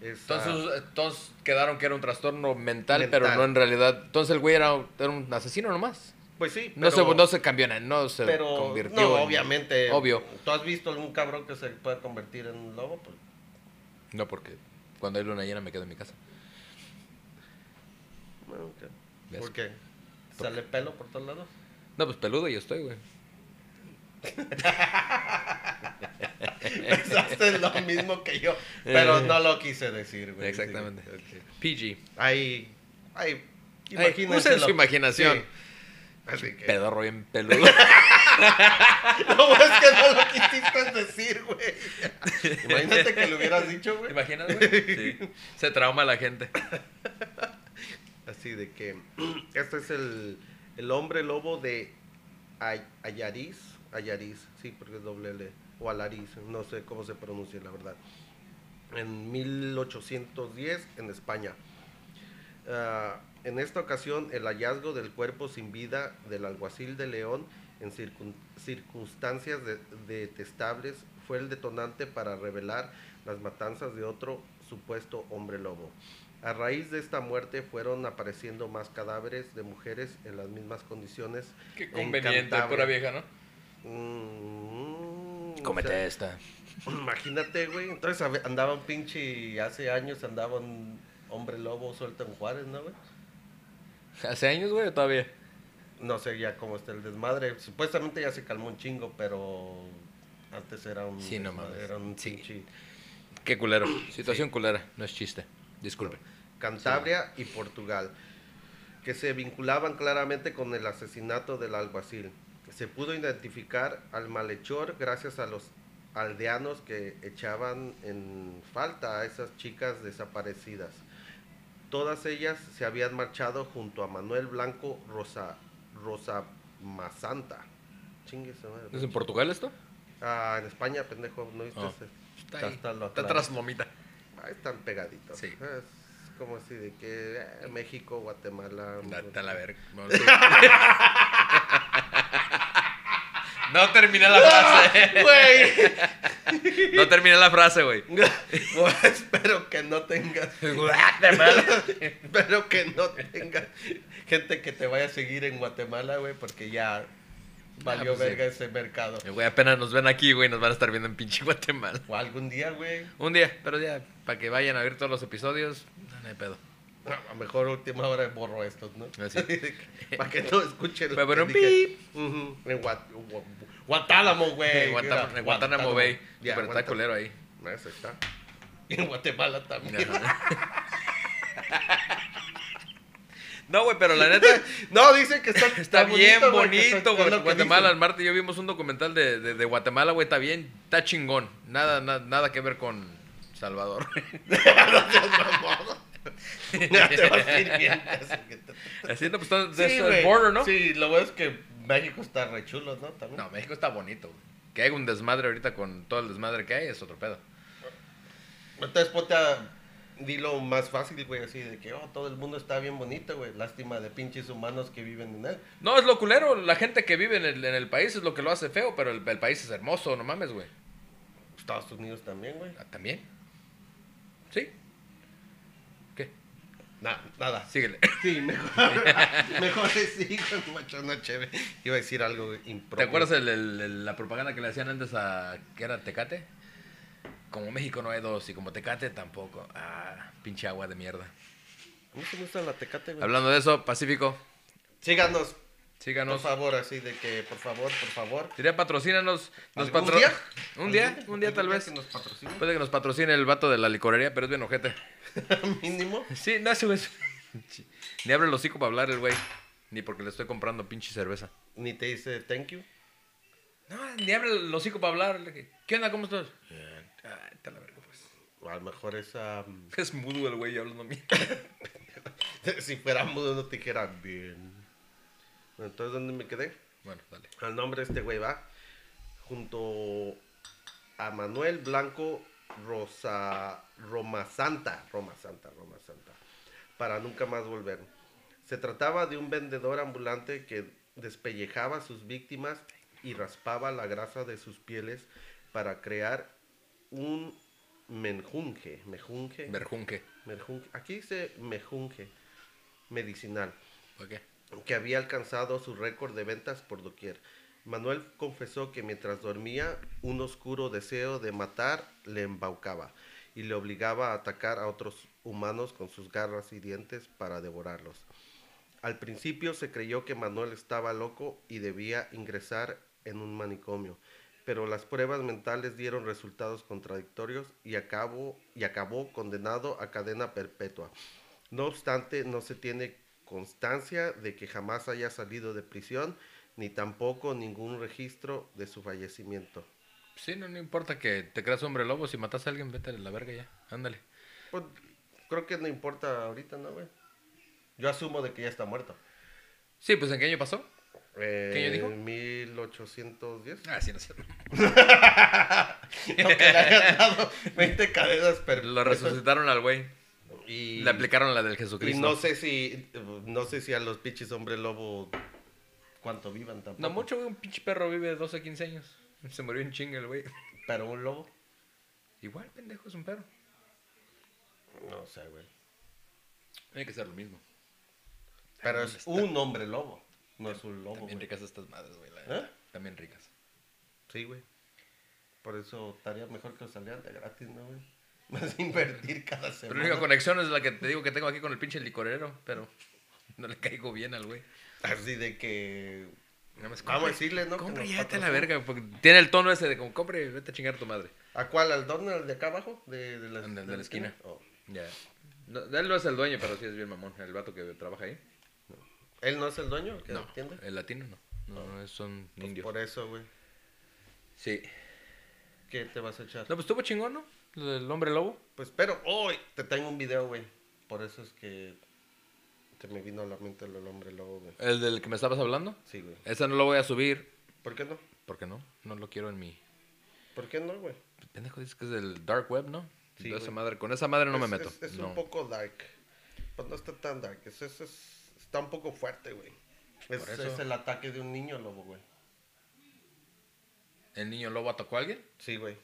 Speaker 2: Esa-
Speaker 1: Entonces, eh, todos quedaron que era un trastorno mental, pero
Speaker 2: Mental.
Speaker 1: no en realidad. Entonces el güey era, era un asesino nomás.
Speaker 2: Pues sí,
Speaker 1: No,
Speaker 2: pero-
Speaker 1: se, no se cambió, nada, no se
Speaker 2: pero
Speaker 1: convirtió.
Speaker 2: no,
Speaker 1: en-
Speaker 2: obviamente.
Speaker 1: Obvio.
Speaker 2: ¿Tú has visto algún cabrón que se pueda convertir en un lobo? Pues,
Speaker 1: No, porque cuando hay luna llena me quedo en mi casa.
Speaker 2: no, ok.
Speaker 1: ¿Ves?
Speaker 2: ¿Por qué? ¿Sale pelo por todos lados?
Speaker 1: No, pues peludo yo estoy, güey.
Speaker 2: Pensaste lo mismo que yo, pero no lo quise decir, güey.
Speaker 1: Exactamente.
Speaker 2: Sí, ok.
Speaker 1: PG.
Speaker 2: Ahí, ahí,
Speaker 1: Ay, usen su imaginación.
Speaker 2: Así que,
Speaker 1: Pedorro bien peludo.
Speaker 2: no, es que no lo quisiste decir, güey. Imagínate que lo hubieras dicho,
Speaker 1: ¿Te
Speaker 2: güey.
Speaker 1: imaginas, güey? Sí. Se trauma la gente.
Speaker 2: Así de que este es el, el hombre lobo de Ay- Ayariz. Ayariz, sí, porque es doble L. O Alariz, no sé cómo se pronuncia, la verdad. En 1810 en España. Ah, en esta ocasión, el hallazgo del cuerpo sin vida del alguacil de León en circun- circunstancias de- detestables fue el detonante para revelar las matanzas de otro supuesto hombre lobo. A raíz de esta muerte fueron apareciendo más cadáveres de mujeres en las mismas condiciones.
Speaker 1: Qué
Speaker 2: en
Speaker 1: conveniente,
Speaker 2: Cantabria.
Speaker 1: pura vieja, ¿no?
Speaker 2: Mm, o
Speaker 1: Cómete
Speaker 2: sea,
Speaker 1: esta.
Speaker 2: Pues, Imagínate, güey. Entonces a ver, andaba un pinche, hace años andaba un hombre lobo suelto en Juárez, ¿no, güey?
Speaker 1: ¿Hace años, güey, o todavía?
Speaker 2: No sé ya cómo está el desmadre. Supuestamente ya se calmó un chingo, pero antes era un.
Speaker 1: Sí, no
Speaker 2: desmadre,
Speaker 1: mames.
Speaker 2: Era un
Speaker 1: Sí.
Speaker 2: pinche-
Speaker 1: Qué culero. Situación culera. No es chiste. Disculpe.
Speaker 2: Cantabria y Portugal, que se vinculaban claramente con el asesinato del alguacil. Se pudo identificar al malhechor gracias a los aldeanos que echaban en falta a esas chicas desaparecidas. Todas ellas se habían marchado junto a Manuel Blanco Rosa, Rosa Mazanta, Chingue su madre.
Speaker 1: ¿Es en Portugal esto?
Speaker 2: Ah, en España, pendejo, ¿no viste?
Speaker 1: Ah.
Speaker 2: ese?
Speaker 1: Está ahí.
Speaker 2: Hasta lo
Speaker 1: Está
Speaker 2: atrás.
Speaker 1: tras lomita.
Speaker 2: Ah, están pegaditos.
Speaker 1: Sí.
Speaker 2: Es como así de que eh, México, Guatemala.
Speaker 1: Date a la verga. No, sí. No terminé la frase.
Speaker 2: Güey.
Speaker 1: No terminé la frase, güey.
Speaker 2: Bueno, espero que no tengas.
Speaker 1: Guatemala.
Speaker 2: espero que no tengas gente que te vaya a seguir en Guatemala, güey, porque ya valió
Speaker 1: Ah, pues sí.
Speaker 2: verga ese mercado.
Speaker 1: Güey, apenas nos ven aquí, güey, nos van a estar viendo en pinche Guatemala.
Speaker 2: O algún día, güey.
Speaker 1: Un día, pero ya, para que vayan a ver todos los episodios, no, no hay pedo.
Speaker 2: A lo mejor última hora borro estos, ¿no?
Speaker 1: Así.
Speaker 2: Para que no escuchen. lo
Speaker 1: Pero,
Speaker 2: que
Speaker 1: pero,
Speaker 2: dije. Ujú. En Guat- Gu- Guantánamo, güey.
Speaker 1: En Guantánamo,
Speaker 2: Mira,
Speaker 1: en Guantánamo Bay.
Speaker 2: Ya,
Speaker 1: pero está
Speaker 2: Guantánamo.
Speaker 1: culero ahí.
Speaker 2: Eso Pues, está. Y en Guatemala también.
Speaker 1: No, güey, pero la neta,
Speaker 2: No, dicen que está,
Speaker 1: Está, bien
Speaker 2: güey, que está-
Speaker 1: bonito,
Speaker 2: es
Speaker 1: güey.
Speaker 2: lo que
Speaker 1: Guatemala, el
Speaker 2: dicen.
Speaker 1: martes yo vimos un documental de, de- de Guatemala, güey. Está bien, está chingón. Nada, na- nada que ver con Salvador.
Speaker 2: Ya te vas a ir bien, así que te-
Speaker 1: Así, no, pues, está-
Speaker 2: Sí,
Speaker 1: es el
Speaker 2: güey.
Speaker 1: border, ¿no?
Speaker 2: Sí, lo bueno es que México está re chulo, ¿no? También.
Speaker 1: No, México está bonito, güey. Que hay un desmadre ahorita con todo el desmadre que hay es otro pedo.
Speaker 2: Entonces ponte a... Dilo más fácil, güey, así de que, oh, todo el mundo está bien bonito, güey. Lástima de pinches humanos que viven en él.
Speaker 1: No, es lo culero. La gente que vive en el, en el país es lo que lo hace feo, pero el, el país es hermoso, no mames, güey.
Speaker 2: Pues, Estados Unidos también, güey.
Speaker 1: Ah, ¿También? ¿Sí? ¿Qué?
Speaker 2: Nada, nada.
Speaker 1: Síguele.
Speaker 2: Sí, mejor, mejor sí, con machona chévere. Iba a decir algo güey,
Speaker 1: ¿Te
Speaker 2: impropio.
Speaker 1: acuerdas el- el- el- la propaganda que le hacían antes a que era Tecate? Como México no hay dos y como Tecate tampoco. Ah, pinche agua de mierda.
Speaker 2: A mí sí me gusta la tecate, güey.
Speaker 1: Hablando de eso, Pacífico,
Speaker 2: Síganos, por
Speaker 1: síganos.
Speaker 2: favor, así de que, por favor, por favor.
Speaker 1: Diría patrocínanos. Nos
Speaker 2: ¿Algún
Speaker 1: patro-
Speaker 2: día?
Speaker 1: Un día,
Speaker 2: ¿Algún
Speaker 1: un día tal
Speaker 2: ¿Algún
Speaker 1: vez.
Speaker 2: que nos patrocine?
Speaker 1: Puede que nos patrocine el vato de la licorería, pero es bien ojete.
Speaker 2: Pues, Mínimo.
Speaker 1: Sí, no, ese güey. es- Ni abre el hocico para hablar el güey. Ni porque le estoy comprando pinche cerveza.
Speaker 2: Ni te dice thank you.
Speaker 1: No, ni abre el hocico para hablar. Le que, ¿Qué onda? ¿Cómo estás? Bien. Ay, te la verga, pues.
Speaker 2: O a lo mejor esa...
Speaker 1: Es mudo el güey y hablando mierda.
Speaker 2: si fuera mudo no te dijera bien. Entonces, ¿dónde me quedé?
Speaker 1: Bueno, dale.
Speaker 2: Al nombre de este güey va. Junto a Manuel Blanco Rosa Roma Santa. Roma Santa, Roma Santa. Para nunca más volver. Se trataba de un vendedor ambulante que despellejaba a sus víctimas y raspaba la grasa de sus pieles para crear un menjunje. Mejunje.
Speaker 1: Verjunque.
Speaker 2: Merjunje. Aquí dice mejunje medicinal,
Speaker 1: ¿Por qué?
Speaker 2: que había alcanzado su récord de ventas por doquier. Manuel confesó que mientras dormía, un oscuro deseo de matar le embaucaba y le obligaba a atacar a otros humanos con sus garras y dientes para devorarlos. Al principio se creyó que Manuel estaba loco y debía ingresar en un manicomio, pero las pruebas mentales dieron resultados contradictorios y, acabó- y acabó condenado a cadena perpetua. No obstante, no se tiene constancia de que jamás haya salido de prisión, ni tampoco ningún registro de su fallecimiento.
Speaker 1: Sí, no, no importa que te creas hombre lobo. Si matas a alguien, vete a la verga ya. Ándale.
Speaker 2: Pues, creo que no importa ahorita, ¿no, güey? Yo asumo de que ya está muerto.
Speaker 1: Sí, pues ¿en qué año pasó?
Speaker 2: ¿Qué
Speaker 1: año dijo?
Speaker 2: 1810.
Speaker 1: Ah, sí, no sé.
Speaker 2: No, que le hayan dado 20 cadenas pero
Speaker 1: Lo resucitaron al güey.
Speaker 2: Y,
Speaker 1: Le aplicaron la del
Speaker 2: y
Speaker 1: Jesucristo.
Speaker 2: no sé si no sé si a los pinches hombre lobo cuánto vivan tampoco.
Speaker 1: No mucho, güey. Un pinche perro vive de 12 a 15 años. Se murió en chinga el güey.
Speaker 2: Pero un lobo,
Speaker 1: Igual, pendejo, es un perro.
Speaker 2: no sé, güey.
Speaker 1: Tiene que ser lo mismo.
Speaker 2: Pero
Speaker 1: Ay,
Speaker 2: es
Speaker 1: está-
Speaker 2: un hombre lobo, no es un lobo.
Speaker 1: También
Speaker 2: güey.
Speaker 1: ricas estas madres, güey. la
Speaker 2: ¿Eh?
Speaker 1: neta. También ricas.
Speaker 2: Sí, güey. Por eso estaría mejor que lo salieran de gratis, ¿no, güey? Más invertir cada
Speaker 1: Pero la única
Speaker 2: semana.
Speaker 1: conexión es la que te digo que tengo aquí con el pinche licorero. Pero no le caigo bien al güey.
Speaker 2: Así de que
Speaker 1: Nada más
Speaker 2: Vamos a
Speaker 1: compre-
Speaker 2: decirle, ¿no? Que
Speaker 1: Compre
Speaker 2: nos
Speaker 1: ya, vete a la
Speaker 2: patrocine.
Speaker 1: verga. Porque tiene el tono ese de como compre y vete a chingar a tu madre.
Speaker 2: ¿A cuál? ¿Al Donald de acá abajo? De, de la,
Speaker 1: Al de- de la esquina.
Speaker 2: Oh.
Speaker 1: Ya. No, él no es el dueño, pero sí es bien mamón. El vato que trabaja ahí.
Speaker 2: ¿Él no es el dueño? el que
Speaker 1: no, eh,
Speaker 2: atiende?
Speaker 1: el latino no. No, no, son
Speaker 2: Pues
Speaker 1: indios.
Speaker 2: por eso, güey.
Speaker 1: Sí.
Speaker 2: ¿Qué te vas a echar?
Speaker 1: No, pues estuvo chingón, ¿no? Lo del hombre lobo.
Speaker 2: Pues pero hoy te tengo un video, güey. Por eso es que te me vino a la mente el hombre lobo, güey.
Speaker 1: El del que me estabas hablando.
Speaker 2: Sí, güey.
Speaker 1: Ese no lo voy a subir
Speaker 2: ¿Por qué no?
Speaker 1: ¿Por qué no? No lo quiero en mi...
Speaker 2: ¿Por qué no, güey?
Speaker 1: Pendejo, dices que es del dark web, ¿no?
Speaker 2: Sí,
Speaker 1: De esa
Speaker 2: güey.
Speaker 1: madre, con esa madre no me
Speaker 2: Es-
Speaker 1: meto.
Speaker 2: Es, es
Speaker 1: no.
Speaker 2: un poco dark. Pues no está tan dark. Es, es- es- está un poco fuerte, güey. Es,
Speaker 1: Por eso.
Speaker 2: es el ataque de un niño lobo, güey.
Speaker 1: ¿El niño lobo atacó a alguien?
Speaker 2: Sí, güey.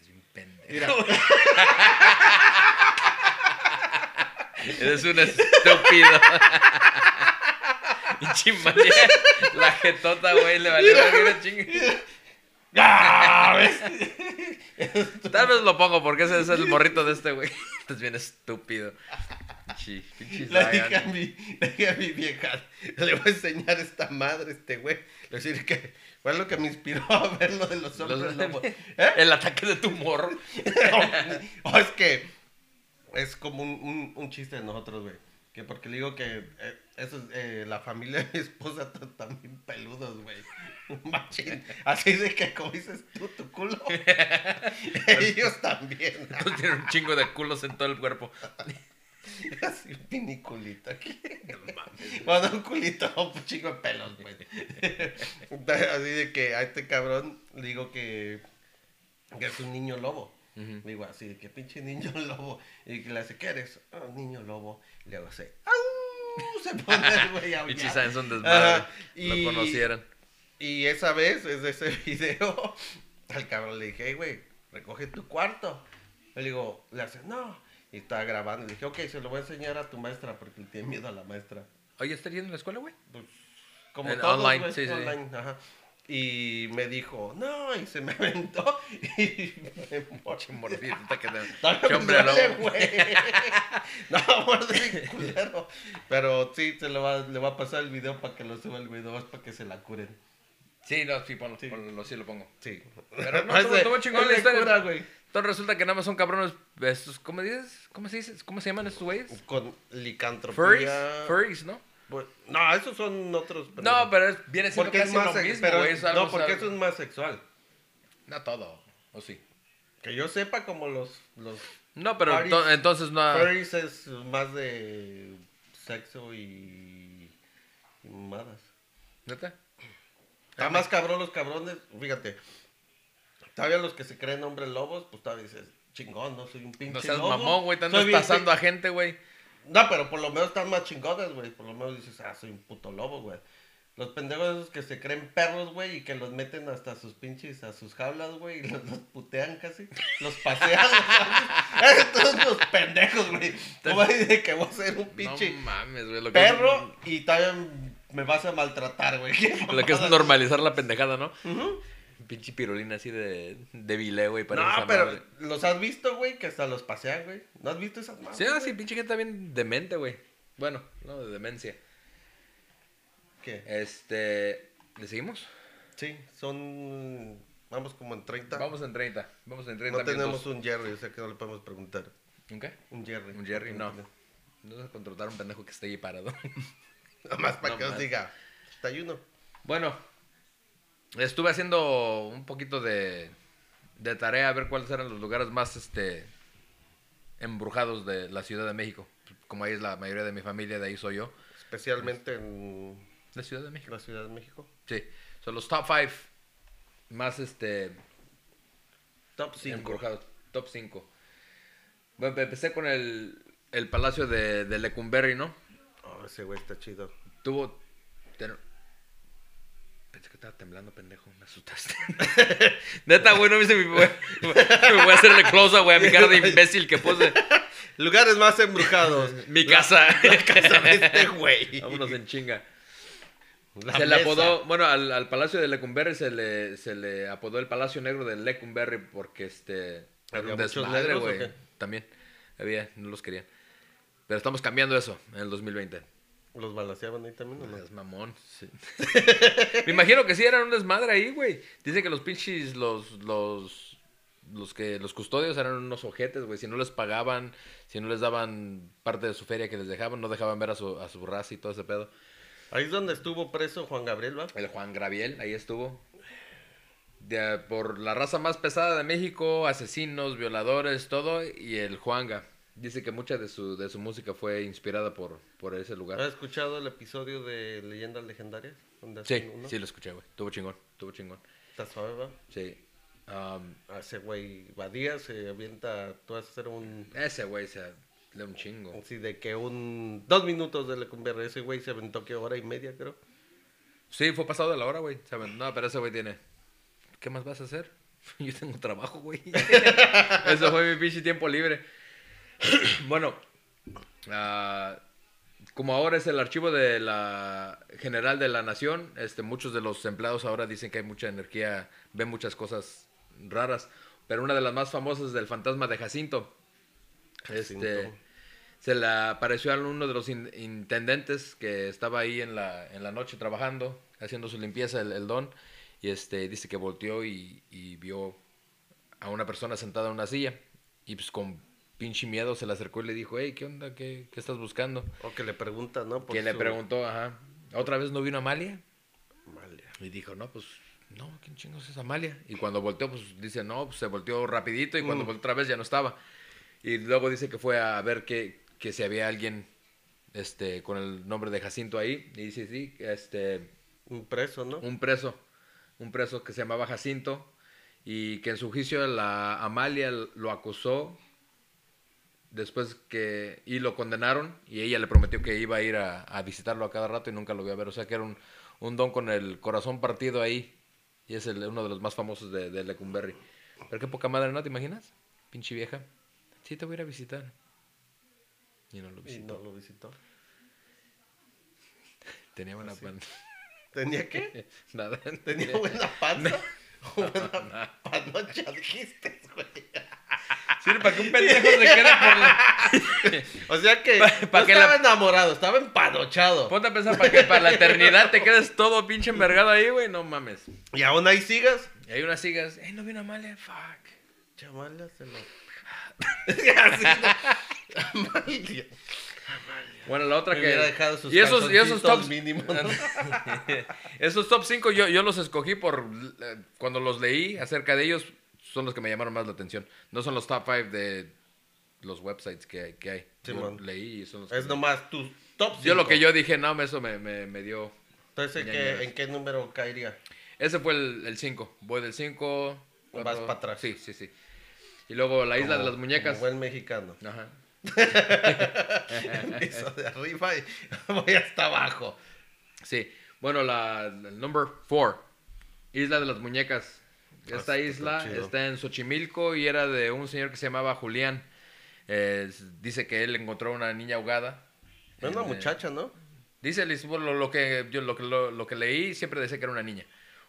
Speaker 1: Es un pendejo. Eres un estúpido. y chimanea la jetota, güey, le valió la vida chingue. ¡Ah, Tal vez lo pongo porque ese es el morrito de este, güey. Estás bien estúpido. Sí, pinche
Speaker 2: Le dije, a
Speaker 1: Zion.
Speaker 2: mi, le dije a mi vieja, le voy a enseñar esta madre, este güey. Le voy a decir que fue lo que me inspiró a ver lo de los hombres
Speaker 1: Los-
Speaker 2: lobos. ¿Eh?
Speaker 1: El ataque de tu morro.
Speaker 2: o es que es como un, un- un chiste de nosotros, güey. Que porque le digo que eh, eso es, eh, la familia de mi esposa t- también peludos, güey. Machín. Así de que como dices tú, tu culo. Ellos también.
Speaker 1: Entonces tiene un chingo de culos en todo el cuerpo.
Speaker 2: Así un mini culito aquí. Bueno, un culito, un chingo de pelos, güey. Así de que a este cabrón le digo que, que es un niño lobo.
Speaker 1: Ujú.
Speaker 2: Le digo así de que pinche niño lobo. Y que le hace, ¿qué eres? "Ah, niño lobo. Y le hago así, ¡au! Se pone el güey a
Speaker 1: Y
Speaker 2: aullar.
Speaker 1: es un desmadre.
Speaker 2: Oh, Ajá,
Speaker 1: Lo conocieran.
Speaker 2: Y esa vez, es de ese video, al cabrón le dije, hey, güey, recoge tu cuarto. Le digo, le hace, no. Y estaba grabando. Le dije, ok, se lo voy a enseñar a tu maestra porque le tiene miedo a la maestra.
Speaker 1: Oye, ¿estás yendo a la escuela, güey?
Speaker 2: Pues, como
Speaker 1: En
Speaker 2: todos,
Speaker 1: online,
Speaker 2: güey,
Speaker 1: sí, sí.
Speaker 2: online, ajá. Y me dijo, no, y se me aventó y
Speaker 1: Che
Speaker 2: me mordió.
Speaker 1: mordido, puta que te-
Speaker 2: Todavía
Speaker 1: che
Speaker 2: me
Speaker 1: hombre
Speaker 2: duele,
Speaker 1: lobo.
Speaker 2: güey. No, muerde culero. Pero sí, se lo va, le va a pasar el video para que lo suba el video, es para que se la curen.
Speaker 1: Sí, no, sí, ponlo,
Speaker 2: Sí.
Speaker 1: ponlo, sí lo pongo.
Speaker 2: Sí.
Speaker 1: Pero no, estuvo- estuvo chingón la
Speaker 2: le
Speaker 1: historia.
Speaker 2: cura, güey.
Speaker 1: Entonces resulta que nada más son cabrones, estos, ¿cómo dices? ¿Cómo se dice? ¿Cómo se llaman estos güeyes?
Speaker 2: Con licantropía.
Speaker 1: Furries, furries, ¿no?
Speaker 2: Bu- No, esos son otros.
Speaker 1: No, pero es- viene siendo
Speaker 2: porque es
Speaker 1: casi
Speaker 2: más
Speaker 1: lo
Speaker 2: sex-
Speaker 1: mismo,
Speaker 2: pero-
Speaker 1: güey. es algo-
Speaker 2: no, porque
Speaker 1: algo-
Speaker 2: eso es más sexual.
Speaker 1: No todo, o sí.
Speaker 2: Que yo sepa como los los
Speaker 1: No, pero
Speaker 2: Furries.
Speaker 1: ento- entonces no...
Speaker 2: furries es más de sexo y, y mamadas.
Speaker 1: Ah, ¿Neta?
Speaker 2: Está más cabrón los cabrones, fíjate. Todavía los que se creen hombres lobos, pues todavía dices, chingón, no soy un pinche
Speaker 1: No seas
Speaker 2: lobo.
Speaker 1: mamón, güey, te
Speaker 2: Soy
Speaker 1: andas
Speaker 2: bien
Speaker 1: pasando a gente, güey.
Speaker 2: No, pero por lo menos están más chingones, güey. Por lo menos dices, ah, soy un puto lobo, güey. Los pendejos esos que se creen perros, güey, y que los meten hasta sus pinches, a sus jaulas, güey, y los, los putean casi. Los pasean. los- eh, Todos los pendejos, güey. No vas a decir que voy a ser un pinche
Speaker 1: No mames, güey. Lo que es-
Speaker 2: perro y también me vas a maltratar, güey. Qué
Speaker 1: Lo que es
Speaker 2: mamada.
Speaker 1: normalizar la pendejada, ¿no?
Speaker 2: Ujú.
Speaker 1: Pinche pirulina así de, de bilé, güey. para esa
Speaker 2: No, pero
Speaker 1: madre.
Speaker 2: los has visto, güey, que hasta los pasean, güey. ¿No has visto esas mamas?
Speaker 1: Sí, ah, sí, pinche gente bien demente, güey. Bueno, no, de demencia.
Speaker 2: ¿Qué?
Speaker 1: Este. ¿Le seguimos?
Speaker 2: Sí, son. Vamos como en 30.
Speaker 1: Vamos en 30. Vamos en 30
Speaker 2: No
Speaker 1: minutos.
Speaker 2: tenemos un Jerry, o sea que no le podemos preguntar.
Speaker 1: ¿Un qué?
Speaker 2: Un Jerry.
Speaker 1: Un Jerry, no. No vas a contratar a un pendejo que esté ahí parado.
Speaker 2: Nada más para
Speaker 1: No
Speaker 2: que nos
Speaker 1: más.
Speaker 2: diga, está uno.
Speaker 1: bueno, estuve haciendo un poquito de, de tarea a ver cuáles eran los lugares más este embrujados de la Ciudad de México. Como ahí es la mayoría de mi familia, de ahí soy yo.
Speaker 2: Especialmente en
Speaker 1: La Ciudad de México.
Speaker 2: la Ciudad de México.
Speaker 1: Sí. Son los top 5 más este
Speaker 2: Top
Speaker 1: pues Sí,
Speaker 2: 5.
Speaker 1: Top 5. Bueno, empecé con el, el palacio de, de Lecumberri, ¿no?
Speaker 2: Oh, ese güey está chido.
Speaker 1: Tuvo. ten- Pensé que estaba temblando, pendejo. Me asustaste. Neta, güey, no me hice mi. güey, Me voy a hacerle close, güey, a mi cara de imbécil que puse.
Speaker 2: Lugares más embrujados.
Speaker 1: Mi casa.
Speaker 2: casa de este güey.
Speaker 1: Vámonos en chinga.
Speaker 2: La
Speaker 1: se
Speaker 2: mesa.
Speaker 1: le apodó, bueno, al, al palacio de Lecumberri se le, se le apodó el Palacio Negro de Lecumberri porque este. Era
Speaker 2: ¿Había
Speaker 1: un
Speaker 2: muchos
Speaker 1: desmadre,
Speaker 2: negros o
Speaker 1: güey.
Speaker 2: qué?
Speaker 1: También. Había, no los querían. Pero estamos cambiando eso en el 2020.
Speaker 2: ¿Los balaceaban ahí también o no?
Speaker 1: Es mamón. sí. Me imagino que sí eran un desmadre ahí, güey. Dice que los pinches, los, los, los que, los custodios eran unos ojetes, güey. Si no les pagaban, si no les daban parte de su feria que les dejaban, no dejaban ver a su, a su raza y todo ese pedo.
Speaker 2: Ahí es donde estuvo preso Juan Gabriel, ¿va?
Speaker 1: El Juan Graviel, ahí estuvo. De- por la raza más pesada de México, asesinos, violadores, todo, y el Juanga. Dice que mucha de su, de su música fue inspirada por, por ese lugar.
Speaker 2: ¿Has escuchado el episodio de Leyendas Legendarias? Donde
Speaker 1: Sí,
Speaker 2: hacen uno?
Speaker 1: sí lo escuché, güey. Tuvo chingón, tuvo chingón.
Speaker 2: Está suave, ¿va?
Speaker 1: Sí. Um,
Speaker 2: A ese güey Badía se avienta, tú vas a hacer un...
Speaker 1: ese güey se le un chingo.
Speaker 2: Así de que un... Dos minutos de la cumbia, ese güey se aventó que hora y media, creo.
Speaker 1: Sí, fue pasado de la hora, güey. ¿saben? No, pero ese güey tiene. ¿Qué más vas a hacer? Yo tengo trabajo, güey. Eso fue mi pinche tiempo libre. bueno, ah, como ahora es el archivo de la general de la nación, este, muchos de los empleados ahora dicen que hay mucha energía, ven muchas cosas raras. Pero una de las más famosas es del fantasma de Jacinto. Este,
Speaker 2: Jacinto.
Speaker 1: se le apareció a uno de los in- intendentes que estaba ahí en la, en la noche trabajando, haciendo su limpieza, el, el don, y este, dice que volteó y, y vio a una persona sentada en una silla, y pues con pinche miedo se le acercó y le dijo, hey, ¿qué onda? ¿Qué, qué estás buscando? Pues
Speaker 2: O que le pregunta, ¿no? Por
Speaker 1: que le
Speaker 2: su-
Speaker 1: preguntó, ajá, ¿otra vez no vino Amalia?
Speaker 2: Malia.
Speaker 1: Y dijo, no, pues, no, ¿quién chingos es Amalia? Y cuando volteó, pues dice, no, pues se volteó rapidito y cuando
Speaker 2: Mm.
Speaker 1: volteó otra vez ya no estaba. Y luego dice que fue a ver que, que si había alguien este, con el nombre de Jacinto ahí. Y dice, sí, este,
Speaker 2: Un preso, ¿no?
Speaker 1: un preso, un preso que se llamaba Jacinto y que en su juicio la Amalia lo acusó después que y lo condenaron y ella le prometió que iba a ir a, a visitarlo a cada rato y nunca lo vio a ver, o sea que era un, un don con el corazón partido ahí y es el- uno de los más famosos de, de Lecumberri. Pero qué poca madre, ¿no te imaginas? Pinche vieja. Sí, te voy a ir a visitar. Y no lo
Speaker 2: Y
Speaker 1: visitó.
Speaker 2: no lo visitó.
Speaker 1: Tenía buena
Speaker 2: Así.
Speaker 1: pan.
Speaker 2: ¿Tenía qué?
Speaker 1: Nada.
Speaker 2: ¿Tenía buena panza? buena panocha, dijiste, güey.
Speaker 1: Sirve para que un pendejo se quede por la...
Speaker 2: O sea que
Speaker 1: Pa- pa
Speaker 2: no
Speaker 1: que la-
Speaker 2: estaba enamorado, estaba empanochado.
Speaker 1: Ponte a pensar para que para la eternidad te quedes todo pinche envergado ahí, güey. No mames.
Speaker 2: Y aún ahí sigas.
Speaker 1: Y hay unas sigas. ¡Ey, no vino Amalia! ¡Fuck!
Speaker 2: Chamalia se lo... Así, ¿no? Amalia.
Speaker 1: Bueno, la otra
Speaker 2: Me
Speaker 1: que.
Speaker 2: hubiera dejado sus
Speaker 1: y esos, y esos
Speaker 2: calzoncitos
Speaker 1: tops.
Speaker 2: mínimo, ¿no?
Speaker 1: esos top 5 yo, yo los escogí por. eh, Cuando los leí acerca de ellos, son los que me llamaron más la atención. No son los top 5 de los websites que, que hay.
Speaker 2: Sí,
Speaker 1: Yo
Speaker 2: man.
Speaker 1: leí y son los.
Speaker 2: Es
Speaker 1: que-
Speaker 2: nomás tu top
Speaker 1: Yo lo
Speaker 2: cinco.
Speaker 1: que yo dije, no, eso me, me, me dio.
Speaker 2: Entonces, ¿en
Speaker 1: ñañeras.
Speaker 2: qué, ¿en qué número caería?
Speaker 1: Ese fue el 5. Voy del 5.
Speaker 2: Vas pa' atrás.
Speaker 1: Sí, sí, sí. Y luego la isla de
Speaker 2: Como-
Speaker 1: las muñecas.
Speaker 2: como buen mexicano.
Speaker 1: Ajá.
Speaker 2: Empiezo de arriba y voy hasta abajo.
Speaker 1: Sí. Bueno, la, la number 4. Isla de las muñecas.
Speaker 2: Ah,
Speaker 1: Esta
Speaker 2: está
Speaker 1: isla
Speaker 2: chido.
Speaker 1: está en Xochimilco y era de un señor que se llamaba Julián. Eh, dice que él encontró una niña ahogada.
Speaker 2: Es una
Speaker 1: En, eh,
Speaker 2: muchacha, ¿no?
Speaker 1: Dice Liz, bueno, lo, lo que yo lo, que- lo- lo que leí siempre decía que era una niña.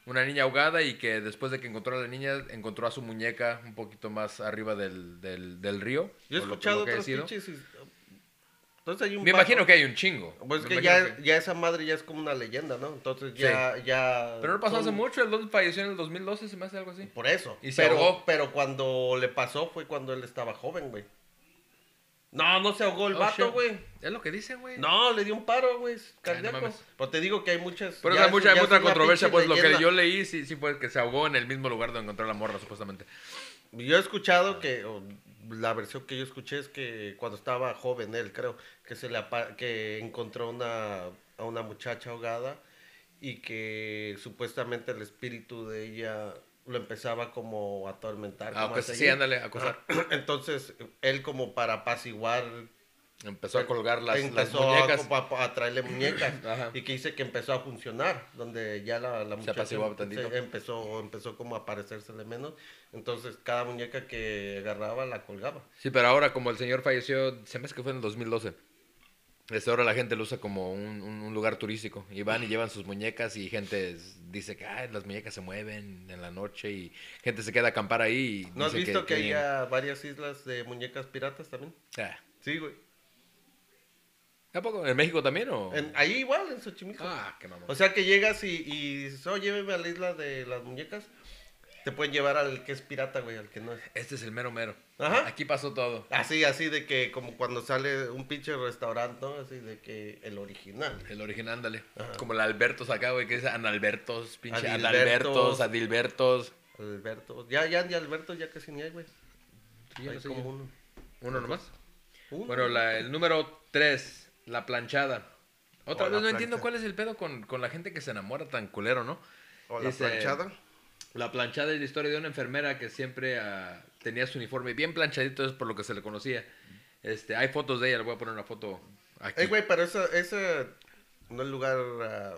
Speaker 1: Una niña ahogada y que después de que encontró a la niña, encontró a su muñeca un poquito más arriba del, del- del río.
Speaker 2: Yo he
Speaker 1: o lo-
Speaker 2: escuchado
Speaker 1: lo que ha
Speaker 2: otras
Speaker 1: sido.
Speaker 2: pinches. his- Entonces hay un.
Speaker 1: Me
Speaker 2: vato-
Speaker 1: imagino que hay un chingo.
Speaker 2: Pues
Speaker 1: Me
Speaker 2: que
Speaker 1: imagino
Speaker 2: ya,
Speaker 1: que-
Speaker 2: ya esa madre ya es como una leyenda, ¿no? Entonces ya. ya
Speaker 1: Pero no pasó hace
Speaker 2: son-
Speaker 1: mucho, el don falleció en el 2012, se me hace algo así.
Speaker 2: Por eso.
Speaker 1: Y se
Speaker 2: pero,
Speaker 1: ahogó.
Speaker 2: pero cuando le pasó fue cuando él estaba joven, güey. No, no se ahogó el
Speaker 1: Oh,
Speaker 2: vato,
Speaker 1: shit.
Speaker 2: güey.
Speaker 1: Es lo que dice, güey.
Speaker 2: No, le dio un paro, güey. Cardíaco.
Speaker 1: mames.
Speaker 2: pero te digo que hay muchas.
Speaker 1: Pero
Speaker 2: ya
Speaker 1: hay
Speaker 2: es-
Speaker 1: mucha, hay
Speaker 2: ya es
Speaker 1: mucha
Speaker 2: una
Speaker 1: controversia, pues
Speaker 2: pinche
Speaker 1: lo
Speaker 2: leyenda.
Speaker 1: que yo leí sí, sí fue que se ahogó en el mismo lugar donde encontró la morra, supuestamente.
Speaker 2: Yo he
Speaker 1: Ah.
Speaker 2: escuchado que, o la versión que yo escuché es que cuando estaba joven él, creo, que se le apa- que encontró una, a una muchacha ahogada y que supuestamente el espíritu de ella lo empezaba como a atormentar.
Speaker 1: Ah,
Speaker 2: como a
Speaker 1: pues, sí,
Speaker 2: seguir. Ah,
Speaker 1: ándale, a acosar.
Speaker 2: Entonces, él como para apaciguar...
Speaker 1: Empezó a colgar las, las
Speaker 2: empezó a-
Speaker 1: muñecas.
Speaker 2: como a, a traerle muñecas
Speaker 1: Ajá.
Speaker 2: y que dice que empezó a funcionar donde ya la, la muchacha
Speaker 1: apaciguaba
Speaker 2: se-
Speaker 1: tantito.
Speaker 2: empezó empezó como a parecérsele menos entonces cada muñeca que agarraba la colgaba
Speaker 1: Sí, pero ahora como el señor falleció, se me hace que fue en el 2012. Este, ahora la gente lo usa como un, un- un lugar turístico. Y van y llevan sus muñecas y gente s- dice que "Ay, las muñecas se mueven en la noche y gente se queda a acampar ahí. Y
Speaker 2: ¿No has
Speaker 1: dice
Speaker 2: visto que,
Speaker 1: tienen-
Speaker 2: haya varias islas de muñecas piratas también?
Speaker 1: Ah,
Speaker 2: Sí, güey.
Speaker 1: ¿A poco? ¿En México también o...?
Speaker 2: En- ahí igual, en Xochimilco.
Speaker 1: Ah, qué mamón.
Speaker 2: O sea que llegas y, y dices, oh, lléveme a la isla de las muñecas. Te pueden llevar al que es pirata, güey, al que no es.
Speaker 1: Este es el mero mero.
Speaker 2: Ajá.
Speaker 1: Aquí pasó todo.
Speaker 2: Así, así de que como cuando sale un pinche restaurante, ¿no? Así de que el original.
Speaker 1: El original, ándale.
Speaker 2: Ajá.
Speaker 1: Como el Albertos acá, güey, que es Analbertos, pinche Analbertos,
Speaker 2: Adilbertos.
Speaker 1: Adilbertos.
Speaker 2: Alberto. Ya, ya, de Alberto ya casi ni hay, güey.
Speaker 1: Sí, ya
Speaker 2: Hay
Speaker 1: no sé,
Speaker 2: como
Speaker 1: ya.
Speaker 2: uno.
Speaker 1: ¿Uno nomás?
Speaker 2: Uh,
Speaker 1: Bueno, la- el número 3, la planchada. Otra
Speaker 3: O
Speaker 1: vez
Speaker 3: la
Speaker 1: no entiendo
Speaker 3: plancha.
Speaker 1: cuál es el pedo con, con la gente que se enamora tan culero, ¿no?
Speaker 3: O la
Speaker 1: Dice-
Speaker 3: planchada.
Speaker 1: La planchada es la historia de una enfermera que siempre ah, tenía su uniforme bien planchadito, es por lo que se le conocía. Este, hay fotos de ella, le voy a poner una foto aquí.
Speaker 2: Ey, güey, pero ese, ese no es lugar. ah,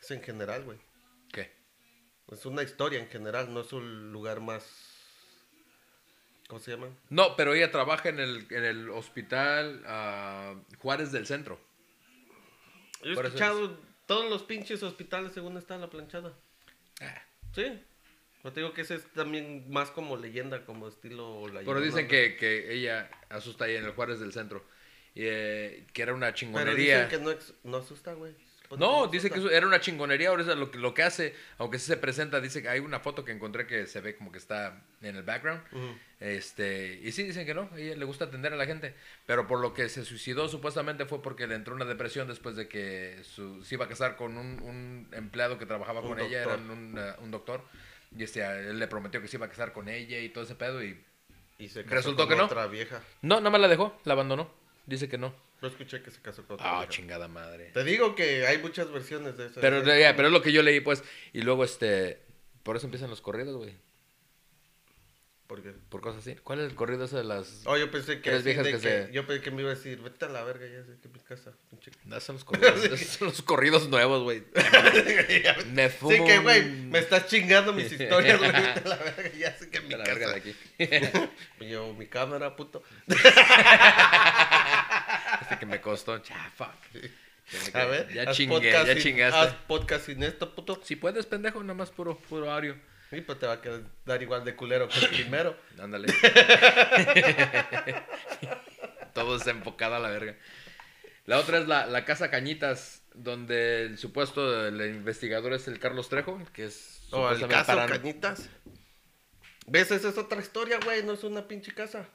Speaker 2: es en general, güey.
Speaker 1: ¿Qué?
Speaker 2: Es una historia en general, no es un lugar más. ¿Cómo se llama?
Speaker 1: No, pero ella trabaja en el, en el hospital ah, Juárez del Centro.
Speaker 2: Yo he
Speaker 1: Por eso
Speaker 2: escuchado todos los pinches hospitales según está la planchada.
Speaker 1: Ah.
Speaker 2: Sí. Pero te digo que ese es también más como leyenda, como estilo la
Speaker 1: Pero dicen
Speaker 2: Llorona.
Speaker 1: que, que ella asusta ahí en el Juárez del Centro. y, eh, que era una
Speaker 2: Pero
Speaker 1: chingonería.
Speaker 2: dicen que no, ex- no asusta, güey. Supone
Speaker 1: No, dice que
Speaker 2: asusta.
Speaker 1: eso era una chingonería, ahora eso es lo, que- lo que hace, aunque sí se presenta, dice que hay una foto que encontré que se ve como que está en el background.
Speaker 2: Ujú.
Speaker 1: Este, y sí dicen que no, a ella le gusta atender a la gente, pero por lo que se suicidó supuestamente fue porque le entró una depresión después de que su- se iba a casar con un, un empleado que trabajaba
Speaker 2: Un
Speaker 1: con ella, era
Speaker 2: doctor.
Speaker 1: un, eh, un doctor, y este, a él le prometió que se iba a casar con ella y todo ese pedo y
Speaker 2: Y se casó
Speaker 1: Resultó
Speaker 2: con
Speaker 1: que no.
Speaker 2: otra vieja.
Speaker 1: no, no me la dejó, la abandonó. Dice que no.
Speaker 2: Yo escuché que se casó con otra
Speaker 1: Ah,
Speaker 2: vieja.
Speaker 1: chingada madre.
Speaker 2: Te digo que hay muchas versiones de eso.
Speaker 1: Pero, ya, pero es lo que yo leí, pues. Y luego, este. Por eso empiezan los corridos, güey.
Speaker 2: Porque...
Speaker 1: Por cosas así. ¿Cuál es el corrido ese de las.?
Speaker 2: Oh, yo pensé que,
Speaker 1: Tres
Speaker 2: así
Speaker 1: viejas
Speaker 2: de
Speaker 1: que se-
Speaker 2: Yo pensé que me iba a decir, vete a la verga, ya sé que mi casa. pinche
Speaker 1: No, son los corridos. esos son los corridos nuevos, güey. Me fumo.
Speaker 2: Sí que, güey,
Speaker 1: un-
Speaker 2: me estás chingando mis historias, güey. vete a la verga, ya sé que mi
Speaker 1: a la
Speaker 2: casa.
Speaker 1: verga de aquí.
Speaker 2: Este Me llevo mi cámara, puto.
Speaker 1: Este que me costó. Ya, fuck.
Speaker 2: A ver.
Speaker 1: Ya
Speaker 2: haz
Speaker 1: chingué,
Speaker 2: podcast
Speaker 1: ya
Speaker 2: sin- Haz
Speaker 1: chingaste.
Speaker 2: podcast sin esto, puto.
Speaker 1: Si puedes, pendejo, nada más puro, puro ario.
Speaker 2: Sí, pues te va a quedar igual de culero que el primero.
Speaker 1: Ándale. Todo desenfocado a la verga. La otra es la, la Casa Cañitas, donde el supuesto el investigador es el Carlos Trejo, que es
Speaker 2: O el
Speaker 1: supuestamente
Speaker 2: caso
Speaker 1: paran-
Speaker 2: Cañitas. ¿Ves? Esa es otra historia, güey. No es una pinche casa.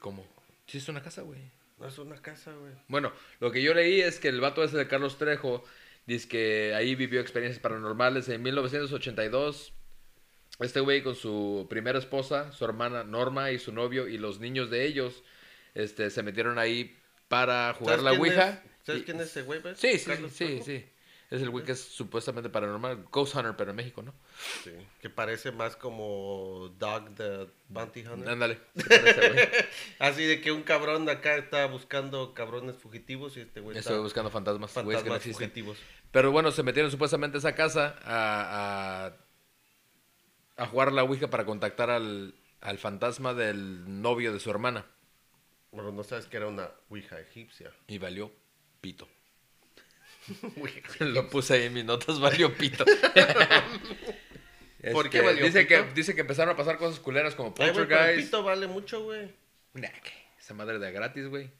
Speaker 1: ¿Cómo? Sí, es una casa, güey.
Speaker 2: No es una casa, güey.
Speaker 1: Bueno, lo que yo leí es que el vato ese de Carlos Trejo dice que ahí vivió experiencias paranormales en 1982. Este güey con su primera esposa, su hermana Norma y su novio y los niños de ellos, este, se metieron ahí para jugar
Speaker 2: ¿Sabes
Speaker 1: la
Speaker 2: quién
Speaker 1: Ouija.
Speaker 2: es- ¿Sabes
Speaker 1: Y-
Speaker 2: quién es ese güey, ves?
Speaker 1: Sí, sí,
Speaker 2: Carlos
Speaker 1: sí,
Speaker 2: Trejo.
Speaker 1: sí. Es el güey que es supuestamente paranormal, Ghost Hunter, pero en México, ¿no?
Speaker 2: Sí, Que parece más como Dog the Bounty Hunter.
Speaker 1: Ándale. se parece, güey.
Speaker 2: Así de que un cabrón de acá está buscando cabrones fugitivos y este güey está
Speaker 1: Estoy buscando fantasmas, güeyes que no
Speaker 2: fantasmas
Speaker 1: existen.
Speaker 2: fugitivos.
Speaker 1: Pero bueno, se metieron supuestamente a esa casa a, a, a jugar la Ouija para contactar al, al fantasma del novio de su hermana.
Speaker 2: Bueno, no sabes que era una ouija egipcia.
Speaker 1: Y valió pito.
Speaker 2: Ouija.
Speaker 1: Lo puse ahí en mis notas, valió pito.
Speaker 2: ¿Por qué
Speaker 1: Este,
Speaker 2: valió
Speaker 1: dice Que,
Speaker 2: pito?
Speaker 1: dice que empezaron a pasar cosas culeras como
Speaker 2: Ay, güey, pero el
Speaker 1: Poltergeist.
Speaker 2: pito vale mucho, güey.
Speaker 1: Nah, ¿qué? Esa madre de gratis, güey.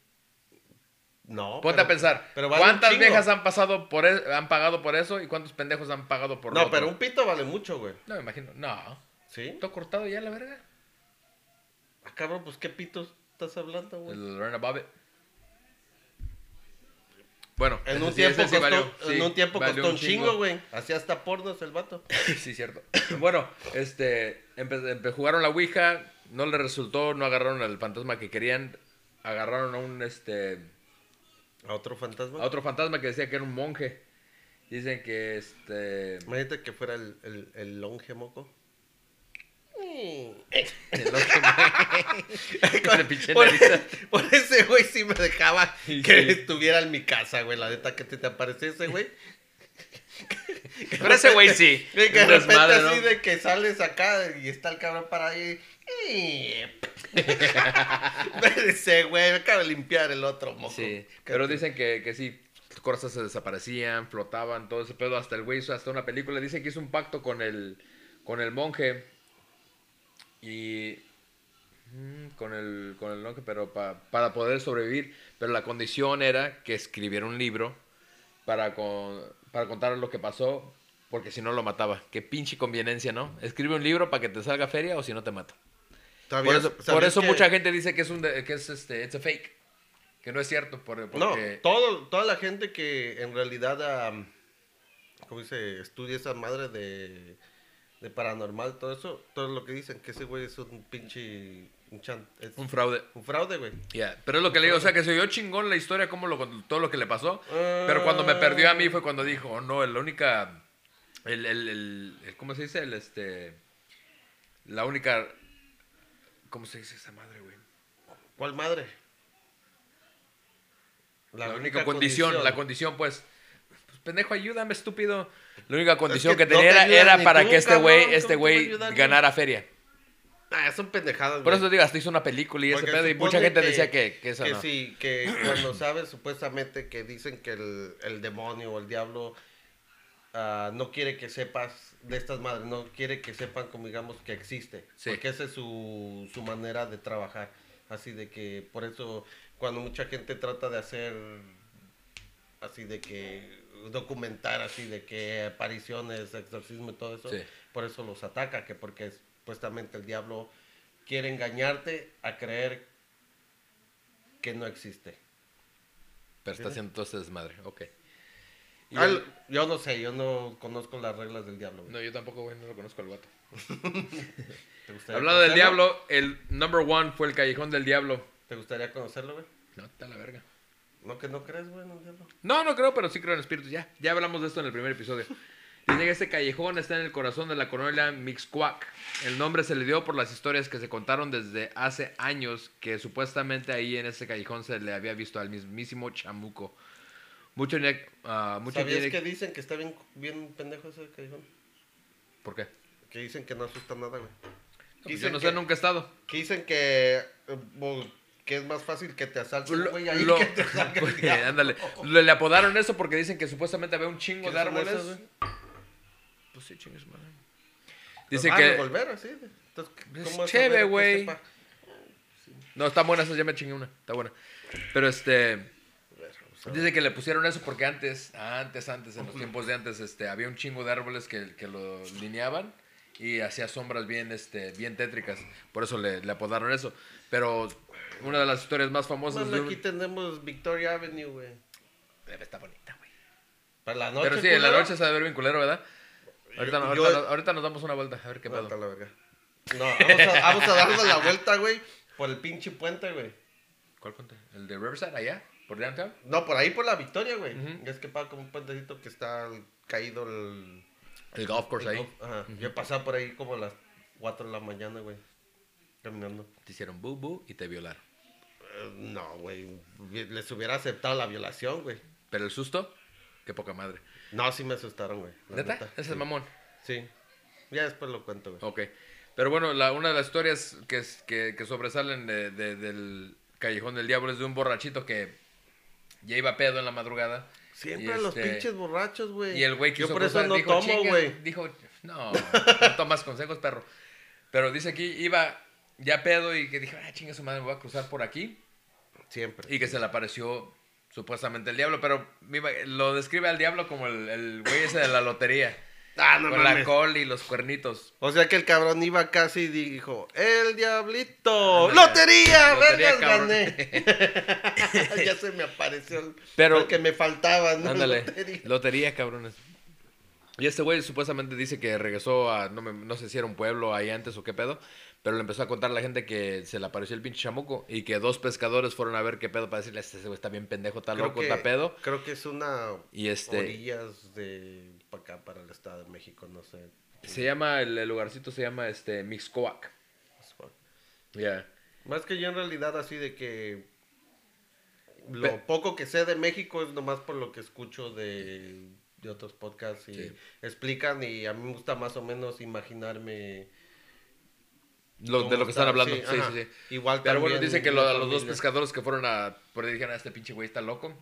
Speaker 2: No.
Speaker 1: Ponte
Speaker 2: pero-
Speaker 1: a pensar,
Speaker 2: pero vale un
Speaker 1: ¿cuántas
Speaker 2: chingo.
Speaker 1: viejas han pasado por e- han pagado por eso y cuántos pendejos han pagado por lo
Speaker 2: No,
Speaker 1: otro?
Speaker 2: pero un pito vale mucho, güey.
Speaker 1: No me imagino. No.
Speaker 2: ¿Sí?
Speaker 1: ¿Todo cortado ya la verga?
Speaker 2: Ah, cabrón, pues qué pitos estás hablando, güey.
Speaker 1: El Lorena Bobbitt. Bueno,
Speaker 2: En
Speaker 1: ese
Speaker 2: un
Speaker 1: sí,
Speaker 2: tiempo
Speaker 1: ese sí
Speaker 2: costó,
Speaker 1: valió, sí,
Speaker 2: en un tiempo
Speaker 1: valió
Speaker 2: costó un chingo, güey. Hacía hasta pornos el vato.
Speaker 1: Sí, cierto. Bueno, este, empe- empe- jugaron la Ouija, no le resultó, no agarraron al fantasma que querían, agarraron a un, este,
Speaker 2: A otro fantasma.
Speaker 1: a otro fantasma que decía que era un monje. Dicen que, este,
Speaker 2: Imagínate que fuera el, el, el longe moco.
Speaker 1: el otro Ese pinche
Speaker 2: por,
Speaker 1: nariz.
Speaker 2: por ese güey sí me dejaba
Speaker 1: Sí,
Speaker 2: que
Speaker 1: sí.
Speaker 2: estuviera en mi casa, güey. La neta que te, te aparece ese güey.
Speaker 1: Pero ese güey sí.
Speaker 2: Güey, que de
Speaker 1: un
Speaker 2: repente
Speaker 1: desmadre, ¿no?
Speaker 2: así de que sales acá y está el cabrón para ahí. ese güey, me acaba de limpiar el otro moco.
Speaker 1: Sí, pero dicen que, que sí, cosas se desaparecían, flotaban, todo ese pedo, hasta el güey hizo hasta una película, dice que hizo un pacto con el, con el monje y mm, con el, con el monje, pero pa- para poder sobrevivir, pero la condición era que escribiera un libro para, con, para contar lo que pasó, porque si no lo mataba. Qué pinche conveniencia, ¿no? Escribe un libro para que te salga feria o si no te mato. Por
Speaker 2: ¿Sabías-
Speaker 1: eso, por
Speaker 2: sabías
Speaker 1: eso
Speaker 2: que-
Speaker 1: mucha gente dice que es un de- que es este it's a fake. Que no es cierto por, porque
Speaker 2: No, todo, toda la gente que en realidad, am, ¿cómo dice? Estudia esa madre de, de paranormal, todo eso, todo lo que dicen, que ese güey es un pinche... Un, chan- es
Speaker 1: Un fraude.
Speaker 2: un fraude, güey.
Speaker 1: Ya, Pero es lo que le digo, o sea, que se oyó chingón la historia, como lo, todo lo que le pasó. Pero cuando me perdió a mí fue cuando dijo, oh, no, la única. El, el, el- el- ¿Cómo se dice? El este. La única. ¿Cómo se dice esa madre, güey?
Speaker 2: ¿Cuál madre?
Speaker 1: La, única, condición, la condición, pues. Pues pendejo, ayúdame, estúpido. La única condición
Speaker 2: que
Speaker 1: que,
Speaker 2: no
Speaker 1: tenía
Speaker 2: te
Speaker 1: era-
Speaker 2: ayudas
Speaker 1: era
Speaker 2: ni
Speaker 1: para
Speaker 2: tú,
Speaker 1: que este
Speaker 2: cabrón,
Speaker 1: güey,
Speaker 2: ¿cómo
Speaker 1: este
Speaker 2: te voy a
Speaker 1: güey
Speaker 2: ayudar, güey?
Speaker 1: ganara feria.
Speaker 2: Ah, son pendejadas,
Speaker 1: Por
Speaker 2: güey.
Speaker 1: eso te digo, hasta hizo una película y ese
Speaker 2: Porque
Speaker 1: pedo. Y
Speaker 2: supone
Speaker 1: mucha gente decía que, que eso no.
Speaker 2: sí, que cuando sabes supuestamente que dicen que el, el demonio o el diablo ah, no quiere que sepas de estas madres, no quiere que sepan, como digamos, que existe.
Speaker 1: Sí.
Speaker 2: Porque esa es su, su manera de trabajar. Así de que por eso cuando mucha gente trata de hacer así de que documentar así de que apariciones, exorcismo y todo eso,
Speaker 1: Sí.
Speaker 2: por eso los ataca, que porque supuestamente el diablo quiere engañarte a creer que no existe.
Speaker 1: Pero está haciendo todo este desmadre. Ok. Y
Speaker 2: Ah,
Speaker 1: el-
Speaker 2: lo- yo no sé, yo no conozco las reglas del diablo. güey.
Speaker 1: no, yo tampoco, güey, no lo conozco al vato.
Speaker 2: ¿Te gustaría
Speaker 1: Hablando del
Speaker 2: conocerlo?
Speaker 1: diablo, el number one fue el Callejón del Diablo.
Speaker 2: ¿Te gustaría conocerlo, güey?
Speaker 1: No, está la verga.
Speaker 2: No, que no crees, güey, en el diablo.
Speaker 1: No, no creo, pero sí creo en espíritus. Ya, ya hablamos de esto en el primer episodio. Dice que este callejón está en el corazón de la colonia Mixcoac. El nombre se le dio por las historias que se contaron desde hace años que supuestamente ahí en ese callejón se le había visto al mismísimo chamuco. Mucho, ne- ah, mucho
Speaker 2: ¿Sabías
Speaker 1: tiene-
Speaker 2: que dicen que está bien, bien pendejo ese callejón?
Speaker 1: ¿Por qué?
Speaker 2: Que dicen que no asusta nada, güey.
Speaker 1: Pues yo no sé,
Speaker 2: que-
Speaker 1: nunca he estado.
Speaker 2: Que dicen que, eh, bo- que es más fácil que te asalten,
Speaker 1: Lo-
Speaker 2: güey, ahí
Speaker 1: lo-
Speaker 2: que te salga el
Speaker 1: Güey,
Speaker 2: diablo.
Speaker 1: ándale. Le, le apodaron eso porque dicen que supuestamente había un chingo de
Speaker 2: ¿Qué son
Speaker 1: árboles.
Speaker 2: esos, güey?
Speaker 1: pues sí, chingues, madre. Dice
Speaker 2: Ah,
Speaker 1: que...
Speaker 2: revolver, así. Entonces,
Speaker 1: Es
Speaker 2: ¿cómo vas a
Speaker 1: cheve,
Speaker 2: ver este que
Speaker 1: güey.
Speaker 2: sepa?
Speaker 1: No, está buena esa, ya me chingué una. Está buena. Pero este. Dice que le pusieron eso porque antes, antes, antes, en los tiempos de antes, este, había un chingo de árboles que, que lo lineaban y hacía sombras bien, este, bien tétricas. Por eso le, le apodaron eso. Pero una de las historias más famosas
Speaker 2: Bueno,
Speaker 1: de un-
Speaker 2: aquí tenemos Victoria Avenue, güey.
Speaker 1: Eh, Está bonita, güey.
Speaker 2: Para la noche.
Speaker 1: Pero sí, en la
Speaker 2: culero.
Speaker 1: noche se ha de ver bien culero, ¿verdad? Ahorita, no-
Speaker 2: Yo-
Speaker 1: ahorita, no- ahorita nos damos una vuelta, a ver qué
Speaker 2: Vete a
Speaker 1: pedo.
Speaker 2: la verga. No, vamos a, vamos a darnos la vuelta, güey, por el pinche puente, güey.
Speaker 1: ¿Cuál conté? ¿El de Riverside, allá? ¿Por Downtown?
Speaker 2: No, por ahí por la Victoria, güey.
Speaker 1: Ujú.
Speaker 2: Es que pasa como un puentecito que está caído el...
Speaker 1: El golf course
Speaker 2: el
Speaker 1: ahí.
Speaker 2: golf. Ajá. Yo he pasado por ahí como a las 4 de la mañana, güey. Caminando.
Speaker 1: Te hicieron boo boo y te violaron.
Speaker 2: Eh, No, güey. Les hubiera aceptado la violación, güey.
Speaker 1: Pero el susto, qué poca madre.
Speaker 2: No, sí me asustaron, güey. la
Speaker 1: ¿Neta?
Speaker 2: neta.
Speaker 1: Ese es el mamón.
Speaker 2: Sí. Ya después lo cuento, güey.
Speaker 1: Ok. Pero bueno, la, una de las historias que, es- que, que sobresalen de- de- del Callejón del Diablo es de un borrachito que ya iba pedo en la madrugada.
Speaker 2: Siempre
Speaker 1: Y
Speaker 2: los
Speaker 1: este,
Speaker 2: pinches borrachos, güey.
Speaker 1: Y el güey
Speaker 2: Yo
Speaker 1: quiso
Speaker 2: por eso
Speaker 1: cruzar,
Speaker 2: no
Speaker 1: dijo,
Speaker 2: tomo,
Speaker 1: "Chinga",
Speaker 2: güey.
Speaker 1: Dijo, no, no tomas consejos, perro. Pero dice aquí, iba ya pedo y que dijo, ah, chinga su madre, me voy a cruzar por aquí.
Speaker 2: Siempre.
Speaker 1: Y que se le apareció supuestamente el diablo, pero me iba- lo describe al diablo como el, el güey ese de la lotería.
Speaker 2: Ah, no
Speaker 1: con la
Speaker 2: mames.
Speaker 1: col y los cuernitos.
Speaker 2: O sea que el cabrón iba casi y dijo, el diablito,
Speaker 1: Ándale.
Speaker 2: lotería,
Speaker 1: Ah, Lotería,
Speaker 2: vergas,
Speaker 1: cabrón.
Speaker 2: gané. ya se me apareció el,
Speaker 1: Pero-
Speaker 2: el que me faltaba, ¿no?
Speaker 1: Ándale.
Speaker 2: Lotería.
Speaker 1: Lotería, cabrones. Y este güey supuestamente dice que regresó a, no, me- no sé si era un pueblo ahí antes o qué pedo, pero le empezó a contar a la gente que se le apareció el pinche chamuco y que dos pescadores fueron a ver qué pedo para decirle, este güey está bien pendejo, está
Speaker 2: Creo
Speaker 1: loco,
Speaker 2: que-
Speaker 1: está pedo.
Speaker 2: Creo que es una
Speaker 1: Y este,
Speaker 2: orillas de para acá, para el Estado de México, no sé.
Speaker 1: se llama, el, el lugarcito se llama, este, Mixcoac. Ya.
Speaker 2: Más que yo en realidad así de que lo
Speaker 1: Pe-
Speaker 2: poco que sé de México es nomás por lo que escucho de, de otros podcasts y
Speaker 1: Sí.
Speaker 2: explican y a mí me gusta más o menos imaginarme
Speaker 1: Lo- de
Speaker 2: cómo
Speaker 1: lo que están
Speaker 2: está.
Speaker 1: hablando. Sí, sí,
Speaker 2: ajá.
Speaker 1: sí.
Speaker 2: Igual
Speaker 1: Pero bueno,
Speaker 2: también
Speaker 1: dice que lo-
Speaker 2: la
Speaker 1: a los dos
Speaker 2: familia.
Speaker 1: pescadores que fueron a. Por ahí dijeron, "Ah, este pinche güey está loco.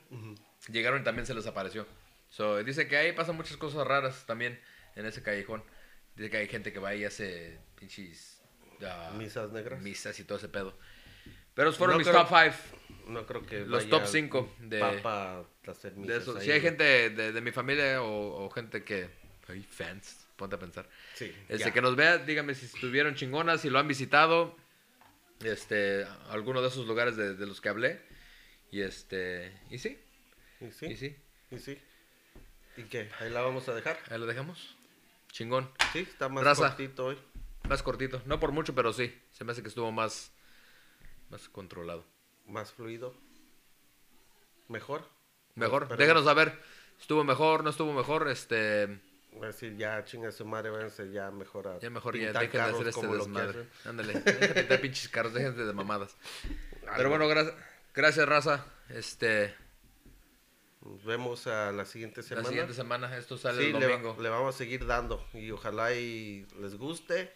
Speaker 1: Llegaron y también se les apareció. So, dice que ahí pasan muchas cosas raras también en ese callejón. Dice que hay gente que va y hace pinches. ah,
Speaker 2: Misas negras.
Speaker 1: Misas y todo ese pedo. Pero esos fueron
Speaker 2: No
Speaker 1: mis
Speaker 2: creo-
Speaker 1: top 5
Speaker 2: No creo que
Speaker 1: los
Speaker 2: vaya
Speaker 1: top 5 de,
Speaker 2: Papa a hacer
Speaker 1: de
Speaker 2: misas
Speaker 1: eso.
Speaker 2: ahí,
Speaker 1: Si hay
Speaker 2: güey.
Speaker 1: gente de, de mi familia o, o gente que. Hay fans, ponte a pensar.
Speaker 2: Sí,
Speaker 1: Este,
Speaker 2: ya.
Speaker 1: que nos vea, dígame si estuvieron chingonas, si lo han visitado, este, alguno de esos lugares de, de los que hablé. Y este, y sí,
Speaker 2: ¿Y sí?
Speaker 1: y sí,
Speaker 2: ¿Y sí? ¿Y qué? Ahí la vamos a dejar.
Speaker 1: ahí lo dejamos. Chingón.
Speaker 2: Sí, está más
Speaker 1: Raza.
Speaker 2: cortito hoy.
Speaker 1: Más cortito. No por mucho, pero sí. Se me hace que estuvo más, más controlado.
Speaker 2: Más fluido. Mejor.
Speaker 1: Mejor.
Speaker 2: Esperemos.
Speaker 1: Déjanos saber. ¿Estuvo mejor? ¿No estuvo mejor? Este.
Speaker 2: Voy a decir, ya chinga su madre, váyanse ya mejor a
Speaker 1: Ya mejor ya
Speaker 2: pintar
Speaker 1: dejen de
Speaker 2: carros
Speaker 1: hacer este
Speaker 2: como lo que
Speaker 1: desmadre.
Speaker 2: hacen.
Speaker 1: Ándale, dejen de pintar pinches carros, dejen de mamadas. Pero bueno, gra- gracias, raza. Este,
Speaker 2: Nos vemos a la siguiente semana.
Speaker 1: la siguiente semana, esto sale
Speaker 2: Sí,
Speaker 1: el
Speaker 2: le,
Speaker 1: domingo.
Speaker 2: va- le vamos a seguir dando y ojalá y les guste.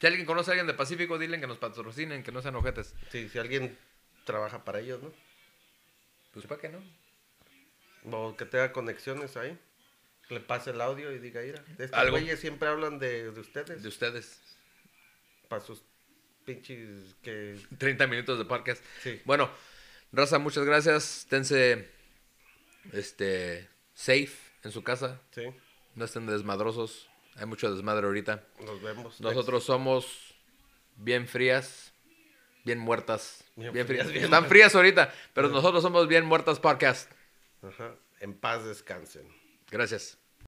Speaker 1: Si alguien conoce a alguien de Pacífico, dile que nos patrocinen, que no sean ojetes.
Speaker 2: Sí, si alguien trabaja para ellos, ¿no?
Speaker 1: Pues para qué no.
Speaker 2: O que tenga conexiones ahí. Que le pase el audio y diga, mira, de estos
Speaker 1: Algo.
Speaker 2: güeyes siempre hablan de, de ustedes.
Speaker 1: De ustedes.
Speaker 2: Para sus pinches que...
Speaker 1: 30 minutos de podcast.
Speaker 2: Sí.
Speaker 1: Bueno, raza, muchas gracias. Esténse este, safe en su casa.
Speaker 2: Sí,
Speaker 1: No estén desmadrosos. Hay mucho desmadre ahorita.
Speaker 2: nos vemos.
Speaker 1: Nosotros somos bien frías, bien muertas.
Speaker 2: Bien
Speaker 1: bien
Speaker 2: frías,
Speaker 1: frías.
Speaker 2: bien
Speaker 1: Están
Speaker 2: muertas.
Speaker 1: frías ahorita, pero nosotros somos bien muertas podcast.
Speaker 2: Ajá. En paz descansen.
Speaker 1: Gracias.